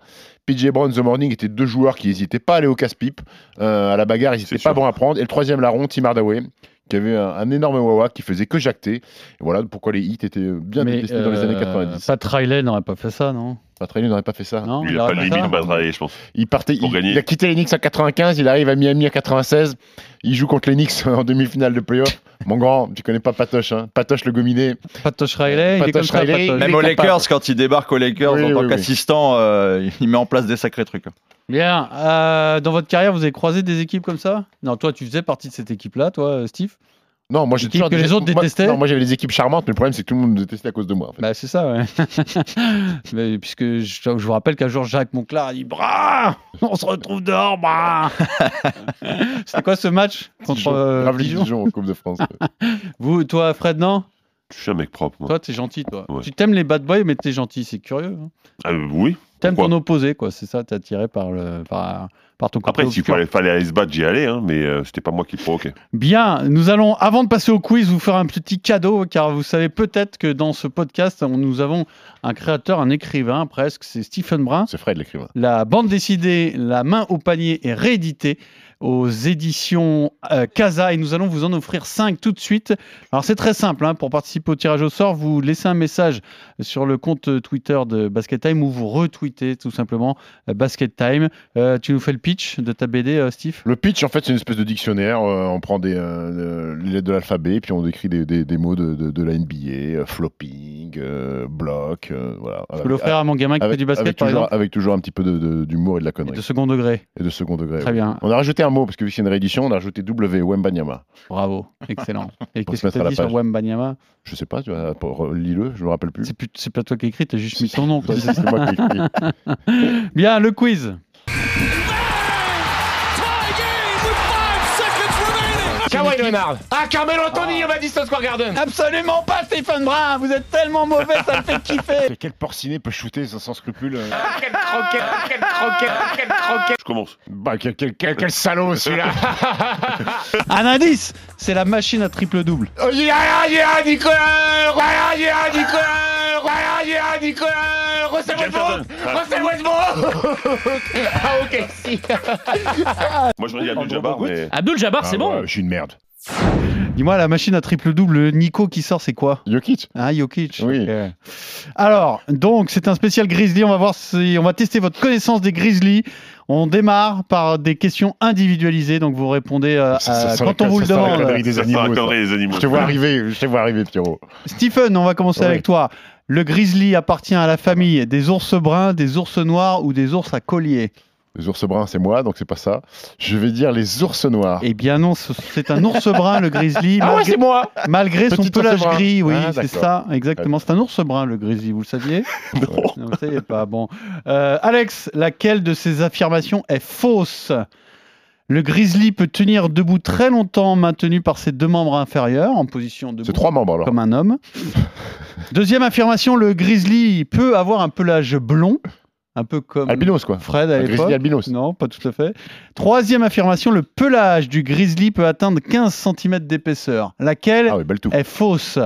Speaker 7: PJ Brown, The Morning étaient deux joueurs qui n'hésitaient pas à aller au casse-pipe. Euh, à la bagarre, ils
Speaker 8: C'est
Speaker 7: n'étaient pas
Speaker 8: sûr.
Speaker 7: bons à prendre. Et le troisième larron, Tim Hardaway, qui avait un, un énorme wawa qui faisait que jacter. Et voilà pourquoi les hits étaient bien détestés dans les années
Speaker 5: euh,
Speaker 7: 90.
Speaker 5: Pat Riley n'aurait pas fait ça, non
Speaker 7: Pat Riley n'aurait Ah, pas fait ça.
Speaker 5: Non,
Speaker 8: Il n'a
Speaker 5: aurait
Speaker 8: pas de limite,
Speaker 5: ça
Speaker 8: on va travailler, je pense.
Speaker 7: Il partait,
Speaker 8: Pour
Speaker 7: il,
Speaker 8: gagner.
Speaker 7: il a quitté les Knicks en 95, il arrive à Miami en 96, il joue contre les Knicks en demi-finale de playoff. Mon grand, tu connais pas Patoche, hein Patoche le gominé.
Speaker 5: Patoche Riley, il est
Speaker 7: Patoche
Speaker 5: comme ça,
Speaker 7: Riley,
Speaker 5: Patoche.
Speaker 6: Même
Speaker 7: Il est
Speaker 6: aux
Speaker 7: capable.
Speaker 6: Lakers, quand il débarque aux Lakers
Speaker 7: Oui,
Speaker 6: en
Speaker 7: oui,
Speaker 6: tant
Speaker 7: oui.
Speaker 6: qu'assistant, euh, il met en place des sacrés trucs.
Speaker 5: Bien. euh, dans votre carrière, vous avez croisé des équipes comme ça Non, toi, tu faisais partie de cette équipe-là, toi, euh, Steve
Speaker 7: Non, moi j'ai
Speaker 5: Équipe
Speaker 7: toujours
Speaker 5: que
Speaker 7: des-
Speaker 5: les autres
Speaker 7: moi-
Speaker 5: détestaient
Speaker 7: Non, moi j'avais des équipes charmantes, mais le problème c'est que tout le monde me détestait à cause de moi. en fait.
Speaker 5: Bah, c'est ça, ouais. Mais puisque je, je vous rappelle qu'un jour, Jacques Monclar a dit Brah On se retrouve dehors, brah C'était quoi ce match contre
Speaker 7: Dijon,
Speaker 5: euh,
Speaker 7: Gravelines
Speaker 5: Dijon
Speaker 7: Dijon en Coupe de France. euh,
Speaker 5: Vous, toi, Fred, non
Speaker 8: Je suis un mec propre, moi.
Speaker 5: Toi, t'es gentil, toi.
Speaker 8: Ouais.
Speaker 5: Tu t'aimes les bad boys, mais t'es gentil, c'est curieux. hein.
Speaker 8: Ah, euh, oui,
Speaker 5: T'aimes
Speaker 8: Pourquoi
Speaker 5: ton opposé, quoi. C'est ça, t'es attiré par, le, par, par ton côté
Speaker 8: Après, s'il
Speaker 5: obscur.
Speaker 8: fallait, fallait aller se battre, j'y allais, hein, mais euh, c'était pas moi qui le provoquais.
Speaker 5: Bien, nous allons, avant de passer au quiz, vous faire un petit cadeau, car vous savez peut-être que dans ce podcast, on- nous avons un créateur, un écrivain presque, c'est Stephen Brun.
Speaker 7: C'est Fred l'écrivain.
Speaker 5: La bande dessinée La main au panier est rééditée aux éditions euh, Casa et nous allons vous en offrir 5 tout de suite. Alors c'est très simple, hein, pour participer au tirage au sort, vous laissez un message sur le compte euh, Twitter de Basket Time ou vous retweetez tout simplement euh, Basket Time. Euh, tu nous fais le pitch de ta BD, euh, Steve
Speaker 7: Le pitch, en fait, c'est une espèce de dictionnaire. euh, on prend des, euh, les lettres de l'alphabet, puis on décrit des, des- des mots de, de- de la NBA, euh, flopping, euh, block, euh, voilà.
Speaker 5: Je peux l'offrir à mon gamin qui fait du basket,
Speaker 7: avec
Speaker 5: par
Speaker 7: toujours,
Speaker 5: exemple
Speaker 7: avec toujours un petit peu de- de- d'humour et de
Speaker 5: Et
Speaker 7: la connerie.
Speaker 5: de second degré.
Speaker 7: Et de, second degré.
Speaker 5: Très
Speaker 7: Eh oui.
Speaker 5: bien.
Speaker 7: On a rajouté un mot, parce que vu que c'est une réédition, on a rajouté W, Wembanyama.
Speaker 5: Bravo, excellent. Et
Speaker 7: Pour
Speaker 5: qu'est-ce
Speaker 7: se
Speaker 5: que
Speaker 7: mettre à
Speaker 5: t'as
Speaker 7: la
Speaker 5: dit sur
Speaker 7: page. Hmm.
Speaker 5: Wembanyama
Speaker 7: Je sais pas, tu vois, pour- euh, lis-le, je me rappelle plus.
Speaker 5: C'est plus- c'est pas toi qui écris, t'as juste mis ton nom. quoi.
Speaker 7: C'est moi qui écris.
Speaker 5: Bien, le quiz.
Speaker 3: Tie game with five seconds remaining.
Speaker 12: Kawhi Leonard. Ah, Carmelo Anthony, on va dire Square Garden.
Speaker 5: Absolument pas, Stéphane Brun Vous êtes tellement mauvais, ça me fait kiffer
Speaker 7: Quel porciné peut shooter sans, sans scrupule euh
Speaker 12: Quel croquet, quel croquet, quel croquet.
Speaker 8: Je commence.
Speaker 7: Bah, quel, quel- quel- quel salaud celui-là
Speaker 5: Un indice C'est la machine à triple-double.
Speaker 12: Oh, yeah, yeah, Nicolas Voilà, yeah, Nicolas Voilà, yeah, Nicolas Russell Westbrook
Speaker 8: Ah.
Speaker 12: Russell Westbrook Ah, ok, si
Speaker 8: Moi, j'aurais dit Abdul Jabbar, mais.
Speaker 13: Abdul Jabbar, c'est
Speaker 7: Ah,
Speaker 13: bon.
Speaker 7: ouais, je suis une merde.
Speaker 5: Dis-moi, la machine à triple-double, le Nico qui sort, c'est quoi
Speaker 7: Jokic
Speaker 5: Hein, Jokic
Speaker 7: Oui.
Speaker 5: Ok. Alors, donc, c'est un spécial Grizzly. On va voir si on va tester votre connaissance des Grizzlies. On démarre par des questions individualisées. Donc, vous répondez euh,
Speaker 7: Ça,
Speaker 5: à-
Speaker 7: ça sent
Speaker 5: quand
Speaker 7: la-
Speaker 5: on vous
Speaker 7: ça
Speaker 5: le
Speaker 7: sent la
Speaker 5: demande.
Speaker 7: connerie des
Speaker 8: Oh Ça sent la
Speaker 7: animaux, ça.
Speaker 8: connerie des animaux.
Speaker 7: Je te vois arriver, je te vois arriver, Pierrot.
Speaker 5: Stephen, on va commencer
Speaker 7: Oui.
Speaker 5: avec toi. Le grizzly appartient à la famille des ours bruns, des ours noirs ou des ours à collier
Speaker 7: Les ours bruns, c'est moi, donc c'est pas ça. Je vais dire les ours noirs.
Speaker 5: Eh bien non, ce- c'est un ours brun, le grizzly,
Speaker 7: Ah ouais,
Speaker 5: malgré,
Speaker 7: c'est moi
Speaker 5: malgré son
Speaker 7: Petit ours
Speaker 5: pelage
Speaker 7: brun.
Speaker 5: gris. Oui,
Speaker 7: Ah,
Speaker 5: c'est ça,
Speaker 7: d'accord.
Speaker 5: exactement. C'est un ours brun, le grizzly, vous le saviez Non, vous ne saviez pas. Bon. Euh, Alex, laquelle de ces affirmations est fausse Le grizzly peut tenir debout très longtemps, maintenu par ses deux membres inférieurs, en position debout.
Speaker 7: C'est trois membres alors.
Speaker 5: comme un homme. Deuxième affirmation, le grizzly peut avoir un pelage blond, un peu comme
Speaker 7: Albinos, quoi.
Speaker 5: Fred à
Speaker 7: Un Ah, grizzly
Speaker 5: l'époque.
Speaker 7: albinos.
Speaker 5: Non, pas tout à fait. Troisième affirmation, le pelage du grizzly peut atteindre 15 cm d'épaisseur, laquelle
Speaker 7: Ah oui, belle touffe.
Speaker 5: est fausse.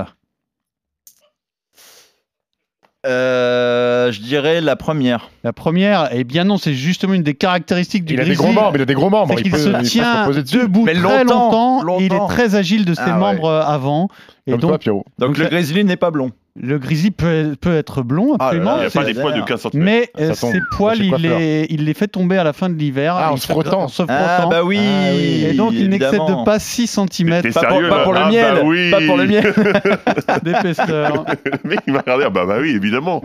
Speaker 6: Euh, je dirais la première.
Speaker 5: La première, eh bien non, c'est justement une des caractéristiques du
Speaker 7: Il a des
Speaker 5: grizzly.
Speaker 7: gros membres, il a des gros membres.
Speaker 5: c'est qu'il
Speaker 7: peut-
Speaker 5: se
Speaker 7: peut se
Speaker 5: tient
Speaker 7: reposer dessus.
Speaker 5: debout
Speaker 6: Mais
Speaker 5: très longtemps,
Speaker 6: longtemps,
Speaker 5: et il est
Speaker 6: longtemps.
Speaker 5: très agile de ses
Speaker 6: Ah ouais.
Speaker 5: membres euh, avant. Et
Speaker 7: Comme
Speaker 5: donc,
Speaker 7: toi, Pierrot.
Speaker 6: Donc
Speaker 5: Vous
Speaker 6: le
Speaker 5: êtes-
Speaker 6: grizzly n'est pas blond.
Speaker 5: le grizzly peut, peut être blond,
Speaker 6: Ah là
Speaker 5: absolument.
Speaker 8: Il n'y a
Speaker 6: c'est-
Speaker 8: pas des poids de 15 cm.
Speaker 5: Mais
Speaker 7: Ça
Speaker 5: euh,
Speaker 7: tombe.
Speaker 5: ses poils,
Speaker 7: Chez le
Speaker 5: il les, il les fait tomber à la fin de l'hiver.
Speaker 7: Ah, en
Speaker 5: Il
Speaker 7: se frottant.
Speaker 5: En se frottant.
Speaker 6: Ah bah oui.
Speaker 7: Ah oui.
Speaker 5: Et donc, il
Speaker 6: évidemment.
Speaker 5: n'excède pas 6 cm
Speaker 8: T'es
Speaker 6: Pas pour,
Speaker 8: sérieux
Speaker 6: pas
Speaker 8: là
Speaker 6: pour le
Speaker 8: Ah,
Speaker 6: miel.
Speaker 8: bah oui.
Speaker 6: Pas pour le miel.
Speaker 5: d'épaisseur.
Speaker 8: Le mec, il m'a regardé. Ah, bah, bah oui, évidemment.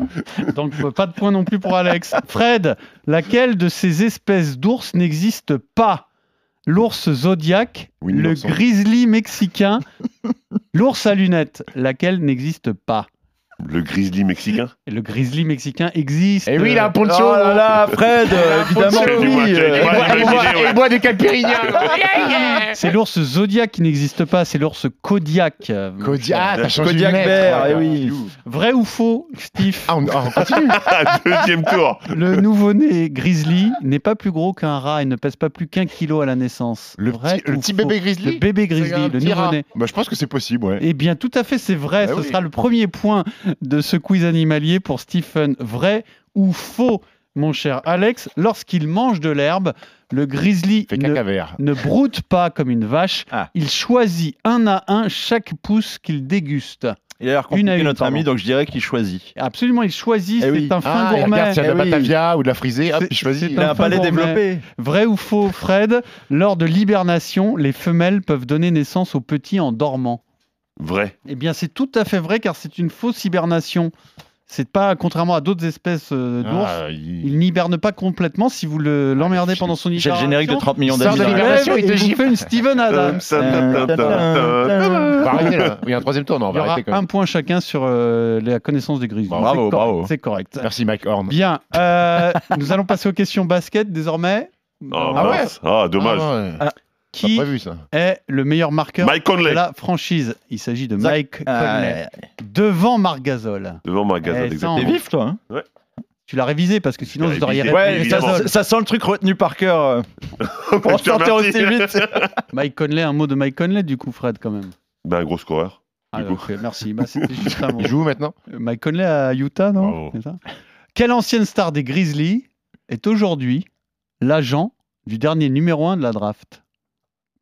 Speaker 5: Donc, euh, pas de point non plus pour Alex. Fred, laquelle de ces espèces d'ours n'existe pas L'ours zodiaque,
Speaker 7: Oui,
Speaker 5: le
Speaker 7: l'ourson.
Speaker 5: grizzly mexicain, l'ours à lunettes, laquelle n'existe pas
Speaker 8: Le grizzly mexicain.
Speaker 5: Et Le grizzly mexicain existe.
Speaker 7: Et Eh oui, il a un
Speaker 6: Oh
Speaker 7: poncho.
Speaker 6: là là, Fred, euh, évidemment.
Speaker 8: C'est du
Speaker 6: oui,
Speaker 8: moins- c'est du
Speaker 6: euh,
Speaker 8: moins-
Speaker 7: Et
Speaker 8: Bonne
Speaker 7: il boit-
Speaker 8: idée, ouais.
Speaker 7: et il boit des caipirinhas.
Speaker 12: Oh,
Speaker 5: C'est l'ours zodiaque qui n'existe pas, c'est l'ours kodiak. euh,
Speaker 7: Kodiak, ah, t'as changé
Speaker 6: Kodiak
Speaker 7: de mec,
Speaker 6: vert,
Speaker 7: ouais.
Speaker 6: eh
Speaker 8: hein.
Speaker 6: oui.
Speaker 5: Vrai ou faux, Steve
Speaker 7: Ah, on, ah, on continue.
Speaker 8: Ah, Deuxième tour.
Speaker 5: Le nouveau-né grizzly n'est pas plus gros qu'un rat et ne pèse pas plus qu'un kilo à la naissance.
Speaker 7: Le
Speaker 5: Vrai
Speaker 7: petit, le
Speaker 5: ou
Speaker 7: petit
Speaker 5: faux
Speaker 7: bébé grizzly.
Speaker 5: Le bébé
Speaker 7: C'est un
Speaker 5: grizzly, le
Speaker 7: petit rat.
Speaker 5: nouveau-né.
Speaker 7: Bah, je pense que c'est possible, ouais.
Speaker 5: Eh bien, tout à fait, c'est vrai.
Speaker 7: Bah
Speaker 5: ce
Speaker 7: oui.
Speaker 5: sera le premier point de ce quiz animalier pour Stephen. Vrai ou faux, mon cher Alex Lorsqu'il mange de l'herbe, le grizzly
Speaker 7: Fait
Speaker 5: ne,
Speaker 7: caca vert.
Speaker 5: ne broute pas comme une vache.
Speaker 6: Ah.
Speaker 5: Il choisit un à un chaque pouce qu'il déguste.
Speaker 6: Il a l'air
Speaker 5: Une à
Speaker 6: compliqué
Speaker 5: une,
Speaker 6: notre ami,
Speaker 5: pardon.
Speaker 6: donc je dirais qu'il choisit.
Speaker 5: Absolument, il choisit.
Speaker 6: Eh
Speaker 5: c'est
Speaker 6: oui.
Speaker 5: un fin
Speaker 7: Ah, il
Speaker 5: gourmet.
Speaker 7: regarde s'il y a de la
Speaker 6: Eh oui.
Speaker 7: batavia ou de la frisée. Hop,
Speaker 5: C'est-
Speaker 7: il choisit.
Speaker 5: c'est
Speaker 6: Il a
Speaker 5: un
Speaker 6: un palais
Speaker 5: gourmet.
Speaker 6: développé.
Speaker 5: Vrai ou faux, Fred Lors de l'hibernation, les femelles peuvent donner naissance aux petits en dormant.
Speaker 8: Vrai.
Speaker 5: Eh bien, c'est tout à fait vrai car c'est une fausse hibernation. C'est pas contrairement à d'autres espèces euh, d'ours.
Speaker 7: Ah, il-
Speaker 5: Il n'hiberne pas complètement si vous le- l'emmerdez pendant son
Speaker 6: J'ai le
Speaker 5: hibernation.
Speaker 6: générique de 30 millions
Speaker 7: Sort
Speaker 6: d'amis.
Speaker 7: de
Speaker 6: dans la- Ah,
Speaker 7: l'hiver. l'hibernation, il
Speaker 5: il
Speaker 7: te
Speaker 5: vous
Speaker 7: gifle.
Speaker 5: fait une Steven Adams.
Speaker 7: On va arrêter là. Oui, un troisième tour, non, on
Speaker 5: Il y
Speaker 7: va
Speaker 5: aura
Speaker 7: arrêter quand même.
Speaker 5: un point chacun sur euh, la connaissance des grizzlies. C'est
Speaker 6: Bravo,
Speaker 5: correct,
Speaker 6: bravo.
Speaker 5: C'est correct.
Speaker 7: Merci, Mike Horn.
Speaker 5: Bien. euh, nous allons passer aux questions basket désormais.
Speaker 8: Ah,
Speaker 7: Ah ouais
Speaker 8: mince. Ah, dommage.
Speaker 7: Ah, ouais. Pas
Speaker 5: Qui
Speaker 7: prévu ça.
Speaker 5: est le meilleur marqueur
Speaker 8: Mike
Speaker 5: de
Speaker 8: Conley.
Speaker 5: la franchise. Il s'agit de
Speaker 6: Zach-
Speaker 5: Mike
Speaker 6: Ah,
Speaker 5: Conley. Devant Marc Gasol.
Speaker 8: Devant ma
Speaker 5: Eh,
Speaker 8: gazette,
Speaker 5: ça,
Speaker 8: exactement.
Speaker 6: T'es vif, toi. hein
Speaker 5: Tu l'as révisé parce que sinon vous auriez
Speaker 6: Ouais,
Speaker 5: répondu
Speaker 6: ça,
Speaker 5: seul.
Speaker 6: ça- ça sent le truc retenu par cœur.
Speaker 8: te
Speaker 6: On sortir
Speaker 8: remercie.
Speaker 6: aussi vite.
Speaker 5: Mike Conley, un mot de Mike Conley du coup, Fred, quand même.
Speaker 8: Ben, un gros scoreur.
Speaker 5: Ah,
Speaker 8: coup.
Speaker 5: ok, merci. Bah, c'était juste un mot.
Speaker 7: Il joue où maintenant
Speaker 5: Euh, Mike Conley à Utah, non
Speaker 8: Bravo.
Speaker 5: C'est ça Quelle ancienne star des Grizzlies est aujourd'hui l'agent du dernier numéro 1 de la draft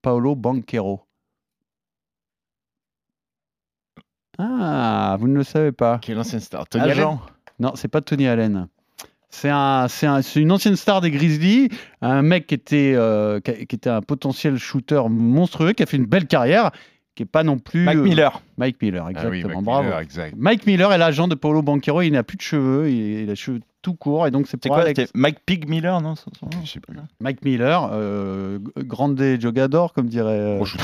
Speaker 5: Paolo Banquero. Ah, vous ne le savez pas.
Speaker 6: Quel ancien star
Speaker 5: Tony Allen Non, c'est pas Tony Allen. C'est un, c'est un- c'est une ancienne star des Grizzlies, un mec qui était, euh, qui, a- qui était un potentiel shooter monstrueux, qui a fait une belle carrière, qui est pas non plus
Speaker 6: Mike
Speaker 5: euh,
Speaker 6: Miller.
Speaker 5: Mike Miller,
Speaker 7: Ah
Speaker 5: exactement.
Speaker 7: oui, Mike
Speaker 5: bravo.
Speaker 7: Miller, exact.
Speaker 5: Mike Miller est l'agent de Paolo Banquero. Il n'a plus de cheveux. Il, il a les cheveux tout courts. Et donc, c'est
Speaker 6: C'est
Speaker 5: pour
Speaker 6: quoi
Speaker 5: Alex.
Speaker 6: c'était Mike Pig Miller, non son- son nom
Speaker 7: Je sais plus.
Speaker 5: Mike Miller, euh, Grande Jogador, comme dirait. euh,
Speaker 7: Gros shooter.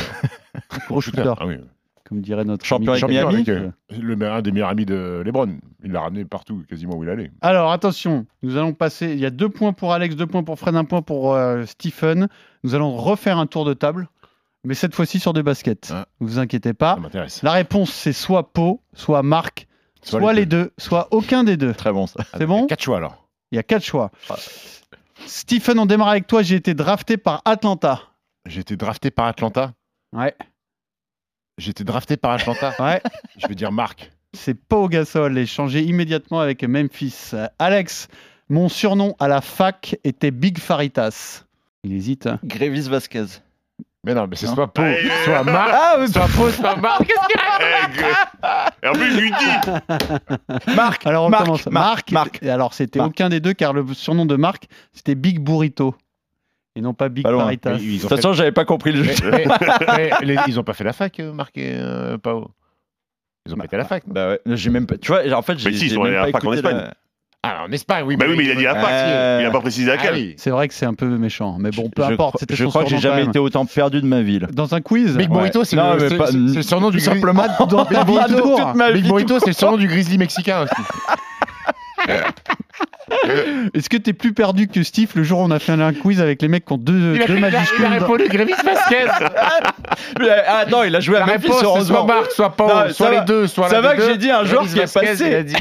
Speaker 5: gros shooter,
Speaker 7: Ah oui.
Speaker 5: comme dirait notre.
Speaker 6: Champion
Speaker 5: ami-
Speaker 6: avec
Speaker 7: Champion
Speaker 6: Miami.
Speaker 7: avec, euh, le, un des meilleurs amis de Lebron. Il l'a ramené partout, quasiment où il allait.
Speaker 5: Alors, attention. Nous allons passer. Il y a deux points pour Alex, deux points pour Fred, un point pour euh, Stephen. Nous allons refaire un tour de table, mais cette fois-ci sur deux baskets.
Speaker 7: Ah.
Speaker 5: Ne vous inquiétez pas.
Speaker 7: Ça m'intéresse.
Speaker 5: La réponse, c'est soit Pau, soit Marc, soit, les deux, soit aucun des deux.
Speaker 6: Très bon ça.
Speaker 5: C'est bon
Speaker 7: Quatre choix alors.
Speaker 5: Il y a quatre choix. Stephen, on démarre avec toi. J'ai été drafté par Atlanta.
Speaker 7: J'ai été drafté par Atlanta.
Speaker 5: Ouais,
Speaker 7: J'ai été drafté par Atlanta.
Speaker 5: ouais.
Speaker 7: Je vais dire Marc.
Speaker 5: C'est Pau Gasol, échangé immédiatement avec Memphis. Euh, Alex, mon surnom à la fac était Big Faritas. Il hésite. hein.
Speaker 6: Grévis Vasquez.
Speaker 7: Mais non, mais c'est
Speaker 5: Non.
Speaker 7: soit Pau,
Speaker 8: Allez,
Speaker 7: soit Marc.
Speaker 6: Ah, mais
Speaker 7: Soit Pau, soit Marc.
Speaker 8: Eh, Gré- Et en plus, je lui dis
Speaker 6: Marc.
Speaker 5: Alors on
Speaker 6: Marc,
Speaker 5: commence.
Speaker 6: Marc, Marc.
Speaker 5: Et alors c'était
Speaker 6: Marc.
Speaker 5: aucun des deux car le surnom de Marc c'était Big Burrito et non pas Big
Speaker 6: Pas loin.
Speaker 5: Faritas.
Speaker 7: Oui, oui,
Speaker 6: De
Speaker 7: ils ont
Speaker 6: toute façon, j'avais pas compris le
Speaker 7: Mais,
Speaker 6: jeu.
Speaker 7: mais- mais les- ils ont pas fait la fac, euh, Marc et euh, Pau. Ils ont pas été à la fac. non
Speaker 6: Bah ouais, j'ai même pas. Tu vois, en fait, j'ai
Speaker 8: Mais si, ils
Speaker 6: j'ai
Speaker 8: sont allés
Speaker 6: même
Speaker 8: à
Speaker 6: pas
Speaker 8: la fac en
Speaker 6: écouté la-
Speaker 8: Espagne.
Speaker 7: Ah, en Espagne, oui.
Speaker 8: Bah oui, mais il a dit à la
Speaker 6: Euh,
Speaker 8: fac. Il a pas précisé
Speaker 7: Ah
Speaker 8: laquelle.
Speaker 7: oui.
Speaker 5: C'est vrai que c'est un peu méchant, mais bon, peu
Speaker 6: je
Speaker 5: importe.
Speaker 6: crois-
Speaker 5: c'était
Speaker 6: Je
Speaker 5: son
Speaker 6: crois que j'ai
Speaker 5: surnom quand
Speaker 6: jamais
Speaker 5: même.
Speaker 6: été autant perdu de ma vie. là.
Speaker 5: dans un quiz.
Speaker 7: Big
Speaker 6: Ouais.
Speaker 7: Burrito, c'est
Speaker 6: Non,
Speaker 7: le,
Speaker 6: mais
Speaker 7: c'est-
Speaker 6: pas-
Speaker 7: c'est- c'est le surnom du Ah,
Speaker 6: Tout simplement,
Speaker 5: dans
Speaker 6: Pas
Speaker 5: Big
Speaker 6: de
Speaker 5: Burrito.
Speaker 6: toute ma
Speaker 7: Big
Speaker 6: vie,
Speaker 7: Burrito, c'est le surnom du grizzly mexicain aussi.
Speaker 5: Est-ce que t'es plus perdu que Steve le jour où on a fait un quiz avec les mecs qui ont deux, deux majuscules dans-
Speaker 7: Grévis Vasquez.
Speaker 6: Mais, euh, Ah non, il a joué à
Speaker 7: La
Speaker 6: Memphis,
Speaker 7: réponse, c'est soit
Speaker 6: heureusement.
Speaker 7: Marc, soit
Speaker 6: Non,
Speaker 7: Paul,
Speaker 6: ça
Speaker 7: soit
Speaker 6: va.
Speaker 7: les deux, soit
Speaker 6: Ça
Speaker 7: l'un
Speaker 6: va
Speaker 7: des
Speaker 6: que
Speaker 7: deux.
Speaker 6: j'ai dit un joueur
Speaker 7: Grévis
Speaker 6: qui est
Speaker 7: Vasquez,
Speaker 6: passé.
Speaker 7: Il, a dit...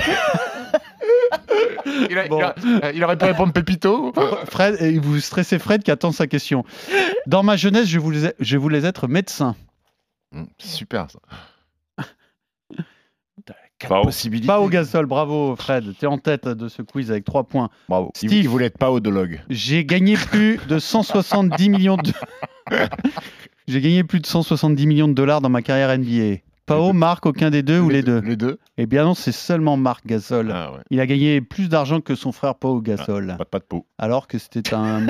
Speaker 7: il, a-
Speaker 5: Bon.
Speaker 7: il a- il aurait pu répondre Pépito.
Speaker 6: Oh.
Speaker 5: Fred, et vous stressez Fred qui attend sa question. Dans ma jeunesse, je voulais, je voulais être médecin.
Speaker 7: Hmm, Super ça.
Speaker 8: Pao.
Speaker 6: Possibilité.
Speaker 5: Pas au gasol, bravo Fred, t'es en tête de ce quiz avec 3 points.
Speaker 6: Bravo.
Speaker 7: Il,
Speaker 5: Steve.
Speaker 7: il voulait être paodologue.
Speaker 5: J'ai gagné plus de 170 millions de J'ai gagné plus de 170 millions de dollars dans ma carrière NBA. Pao, Marc, aucun des deux ou les deux
Speaker 7: Les deux.
Speaker 5: Eh bien non, c'est seulement Marc Gasol.
Speaker 7: Ah ouais.
Speaker 5: Il a gagné plus d'argent que son frère Pau Gasol,
Speaker 7: Pas, pas de peau.
Speaker 5: alors que c'était un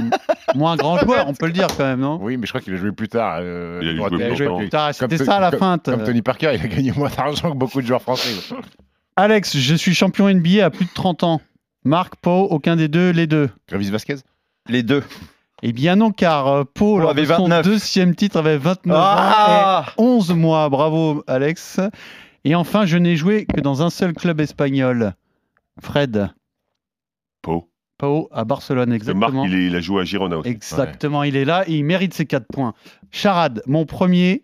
Speaker 5: moins grand joueur, on peut le dire quand même, non
Speaker 7: Oui, mais je crois qu'il a joué plus tard. euh,
Speaker 8: Il a
Speaker 7: droite-
Speaker 8: joué
Speaker 5: Il a
Speaker 8: plus
Speaker 5: joué
Speaker 8: Comme-
Speaker 5: plus Euh, tard,
Speaker 7: comme-
Speaker 5: C'était ça la
Speaker 7: comme-
Speaker 5: feinte.
Speaker 7: Comme Tony Parker, il a gagné moins d'argent que beaucoup de joueurs français.
Speaker 5: Alex, je suis champion NBA à plus de 30 ans. Marc, Pau, aucun des deux, les deux.
Speaker 7: Grévis Vasquez
Speaker 6: Les deux.
Speaker 5: Eh bien non, car euh, Pau, lors
Speaker 6: Oh, avait
Speaker 5: de son
Speaker 6: 29.
Speaker 5: deuxième titre, avait 29 ans
Speaker 6: Ah
Speaker 5: et 11 mois. Bravo, Alex. Et enfin, je n'ai joué que dans un seul club espagnol. Fred,
Speaker 8: Pau.
Speaker 5: Pau à Barcelone,
Speaker 8: Parce que Marc,
Speaker 5: exactement.
Speaker 8: il, est- il a joué à Girona aussi.
Speaker 5: Exactement, il est là et il mérite ses 4 points. Charade, mon premier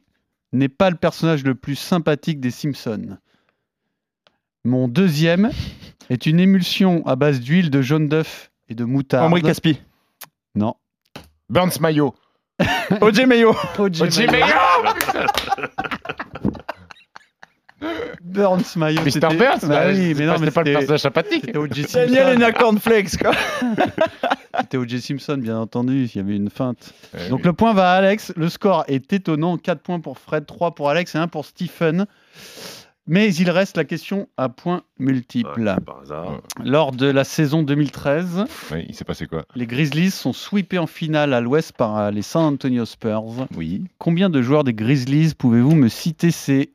Speaker 5: n'est pas le personnage le plus sympathique des Simpsons. Mon deuxième est une émulsion à base d'huile de jaune d'œuf et de moutarde.
Speaker 6: Henri Caspi.
Speaker 5: non.
Speaker 7: Burns Mayo.
Speaker 6: OJ Mayo.
Speaker 5: Burns Mayo.
Speaker 7: Mr.
Speaker 5: c'était-
Speaker 7: Burns
Speaker 5: Bah
Speaker 7: bah,
Speaker 5: oui,
Speaker 7: c'est
Speaker 5: mais non, mais
Speaker 7: pas- C'était pas le
Speaker 5: c'était-
Speaker 7: personnage sympathique.
Speaker 5: C'était O.J.
Speaker 6: Daniel
Speaker 5: Simpson.
Speaker 6: et Cornflakes, quoi.
Speaker 5: C'était O.J. Simpson, bien entendu. Il y avait une feinte.
Speaker 7: Eh
Speaker 5: Donc
Speaker 7: oui.
Speaker 5: le point va à Alex. Le score est étonnant. 4 points pour Fred, 3 pour Alex et 1 pour Stephen. Mais il reste la question à points multiples.
Speaker 8: Ouais, par hasard.
Speaker 5: Lors de la saison 2013,
Speaker 7: Oui, Ah, il s'est passé quoi
Speaker 5: les Grizzlies sont sweepés en finale à l'ouest par euh, les San Antonio Spurs.
Speaker 6: Oui.
Speaker 5: Combien de joueurs des Grizzlies pouvez-vous me citer C'est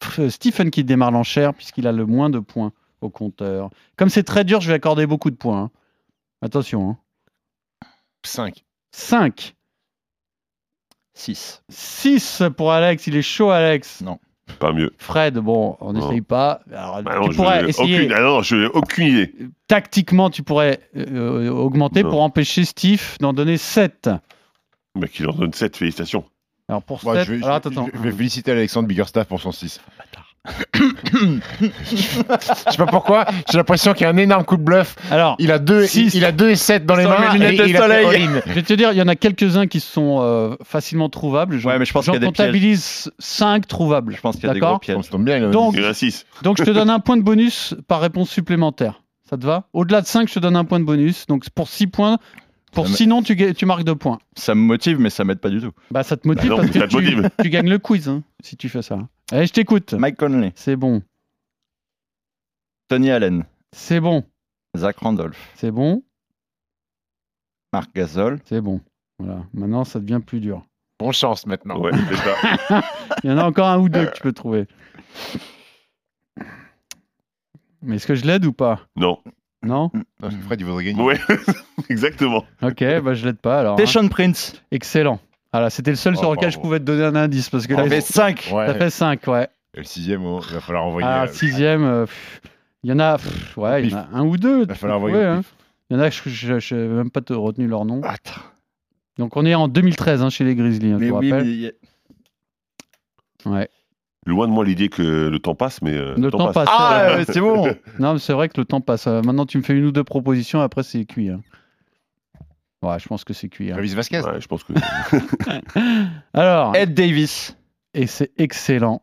Speaker 5: Pff, euh, Stephen qui démarre l'enchère puisqu'il a le moins de points au compteur. Comme c'est très dur, je vais accorder beaucoup de points. hein. Attention. hein.
Speaker 7: 5.
Speaker 5: 5,
Speaker 6: 6.
Speaker 5: 6 pour Alex. Il est chaud, Alex.
Speaker 8: Pas mieux.
Speaker 5: Fred, bon, on
Speaker 8: Non.
Speaker 5: n'essaye pas. Alors,
Speaker 8: Bah
Speaker 5: tu
Speaker 8: non, je
Speaker 5: pourrais
Speaker 8: n'ai
Speaker 5: essayer.
Speaker 8: aucune... ah non, je n'ai aucune idée.
Speaker 5: Tactiquement, tu pourrais euh, euh, augmenter
Speaker 8: Non.
Speaker 5: pour empêcher Steve d'en donner 7.
Speaker 8: Mais qu'il en donne 7, félicitations.
Speaker 5: Alors pour
Speaker 7: Bon,
Speaker 5: 7,
Speaker 7: Bah, je, vais,
Speaker 5: alors
Speaker 7: je-
Speaker 5: attends, Ah,
Speaker 7: je vais féliciter Alexandre Biggerstaff pour son 6. Je sais pas pourquoi, j'ai l'impression qu'il y a un énorme coup de bluff.
Speaker 5: Alors,
Speaker 7: il a deux,
Speaker 5: six.
Speaker 7: il, il a deux et 7 dans les
Speaker 5: Sans
Speaker 7: mains.
Speaker 5: mes lunettes
Speaker 7: et
Speaker 5: de
Speaker 7: il a fait
Speaker 5: soleil.
Speaker 7: all-in.
Speaker 5: Je vais te dire, il y en a quelques-uns qui sont euh, facilement trouvables. J'en
Speaker 6: Ouais, mais je pense qu'il y a des pièges.
Speaker 5: comptabilise 5 trouvables.
Speaker 6: Je pense qu'il y a des
Speaker 5: D'accord
Speaker 6: gros
Speaker 7: On
Speaker 6: pièges.
Speaker 7: se tombe bien, il en a
Speaker 5: Donc,
Speaker 7: dit.
Speaker 8: Il y en a 6.
Speaker 5: Donc je te donne un point de bonus par réponse supplémentaire. Ça te va Au-delà de 5, je te donne un point de bonus. Donc pour 6 points, pour
Speaker 6: Ça me-
Speaker 5: sinon tu, ga- tu marques 2 points.
Speaker 6: Ça me motive, mais ça m'aide pas du tout.
Speaker 5: Bah ça te motive
Speaker 8: non,
Speaker 5: parce que
Speaker 8: ça te
Speaker 5: tu,
Speaker 8: motive.
Speaker 5: tu gagnes le quiz hein, si tu fais ça. Allez, je t'écoute.
Speaker 6: Mike Conley,
Speaker 5: C'est bon.
Speaker 6: Tony Allen,
Speaker 5: C'est bon.
Speaker 6: Zach Randolph,
Speaker 5: C'est bon.
Speaker 6: Marc Gasol,
Speaker 5: C'est bon. Voilà. Maintenant, ça devient plus dur.
Speaker 7: Bon chance maintenant.
Speaker 8: Ouais, c'est ça.
Speaker 5: Il y en a encore un ou deux que tu peux trouver. Mais est-ce que je l'aide ou pas
Speaker 8: Non.
Speaker 5: Non
Speaker 7: Non, Fred, il voudrait gagner.
Speaker 8: Ouais, exactement.
Speaker 5: Ok, bah je l'aide pas alors. hein.
Speaker 6: Sean Prince.
Speaker 5: Excellent. Voilà, c'était le seul
Speaker 7: Oh,
Speaker 5: sur lequel je
Speaker 7: bravo.
Speaker 5: pouvais te donner un indice parce que
Speaker 6: Il
Speaker 5: là,
Speaker 6: en fait 5.
Speaker 7: Ouais.
Speaker 5: ça fait 5, ouais.
Speaker 7: Et le sixième, oh, il va falloir envoyer.
Speaker 5: Ah,
Speaker 7: euh,
Speaker 5: sixième, euh, pff, il y en a, pff, ouais, il y en a un ou deux.
Speaker 7: il va
Speaker 5: tu
Speaker 7: falloir
Speaker 5: peux
Speaker 7: envoyer.
Speaker 5: trouver,
Speaker 7: au
Speaker 5: hein.
Speaker 7: pif.
Speaker 5: Il y en a, je n'ai même pas te retenu leur nom.
Speaker 6: Attends.
Speaker 5: Donc on est en 2013 hein, chez les Grizzlies, hein, je
Speaker 6: Mais
Speaker 5: vous
Speaker 6: oui, mais
Speaker 5: rappelle.
Speaker 6: il y a-
Speaker 5: Ouais.
Speaker 8: Loin de moi l'idée que le temps passe, mais euh,
Speaker 5: Le temps passe.
Speaker 6: Ah,
Speaker 5: euh,
Speaker 6: euh, c'est bon.
Speaker 5: Non, mais c'est vrai que le temps passe. Euh, Maintenant, tu me fais une ou deux propositions, après c'est cuit. hein. Ouais, je pense que c'est cuit. hein.
Speaker 7: Travis Vasquez.
Speaker 8: Ouais, je pense que.
Speaker 5: Alors,
Speaker 6: Ed Davis.
Speaker 5: et c'est excellent.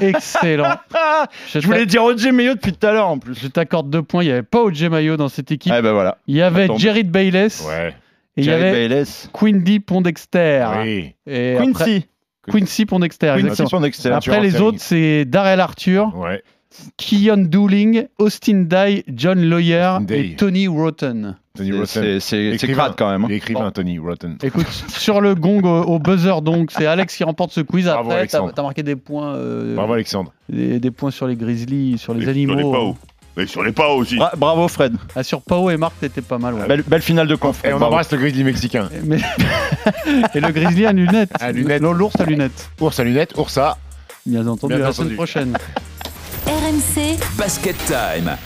Speaker 5: excellent.
Speaker 6: Ah,
Speaker 5: Je
Speaker 6: je voulais
Speaker 5: t'a-
Speaker 6: dire OJ Mayo depuis tout à l'heure en plus.
Speaker 5: je t'accorde deux points. Il n'y avait pas OJ Mayo dans cette équipe.
Speaker 6: Ah ben voilà.
Speaker 5: Il y avait
Speaker 6: attends.
Speaker 5: Jared Bayless
Speaker 7: Ouais.
Speaker 5: et il y
Speaker 6: Jared
Speaker 5: avait
Speaker 6: Bayless.
Speaker 5: Quindy Pondexter.
Speaker 7: Oui.
Speaker 5: Et après-
Speaker 6: Quincy.
Speaker 5: Quincy Pondexter,
Speaker 6: Quincy
Speaker 5: exactement.
Speaker 6: son excellent.
Speaker 5: Après les autres, c'est Darrell Arthur,
Speaker 7: Ouais.
Speaker 5: Keon Dooling, Austin Dye, John Lawyer
Speaker 7: Austin Dye.
Speaker 5: et Tony Rotten.
Speaker 7: Tony
Speaker 6: C'est-
Speaker 7: Rotten.
Speaker 6: C'est c'est- c'est
Speaker 7: Écrivain.
Speaker 6: crade quand même.
Speaker 7: Il est
Speaker 6: hein.
Speaker 7: écrivain, Tony Rotten.
Speaker 5: Écoute, sur le gong au, au buzzer, donc c'est Alex qui remporte ce quiz.
Speaker 7: Bravo,
Speaker 5: Après, t'as
Speaker 7: Alexandre.
Speaker 5: t'as marqué des points, euh,
Speaker 7: Bravo, Alexandre.
Speaker 5: des, des points sur les Grizzlies, sur les
Speaker 8: mais Sur les
Speaker 5: animaux.
Speaker 8: paos. Mais sur les paos aussi.
Speaker 6: Bra- Bravo Fred.
Speaker 5: Ah, sur Pao et Marc, t'étais pas mal. ouais.
Speaker 6: Belle, belle finale de conf.
Speaker 7: Et on
Speaker 6: Bravo.
Speaker 7: embrasse le grizzly mexicain.
Speaker 5: Mais- et le Grizzly à lunettes.
Speaker 7: À lunettes.
Speaker 5: Non, L'ours à lunettes.
Speaker 7: Ours à lunettes, ours à.
Speaker 5: Bien entendu, à
Speaker 7: Bien
Speaker 5: la semaine
Speaker 7: entendu.
Speaker 5: prochaine.
Speaker 4: RMC,
Speaker 13: Basket Time.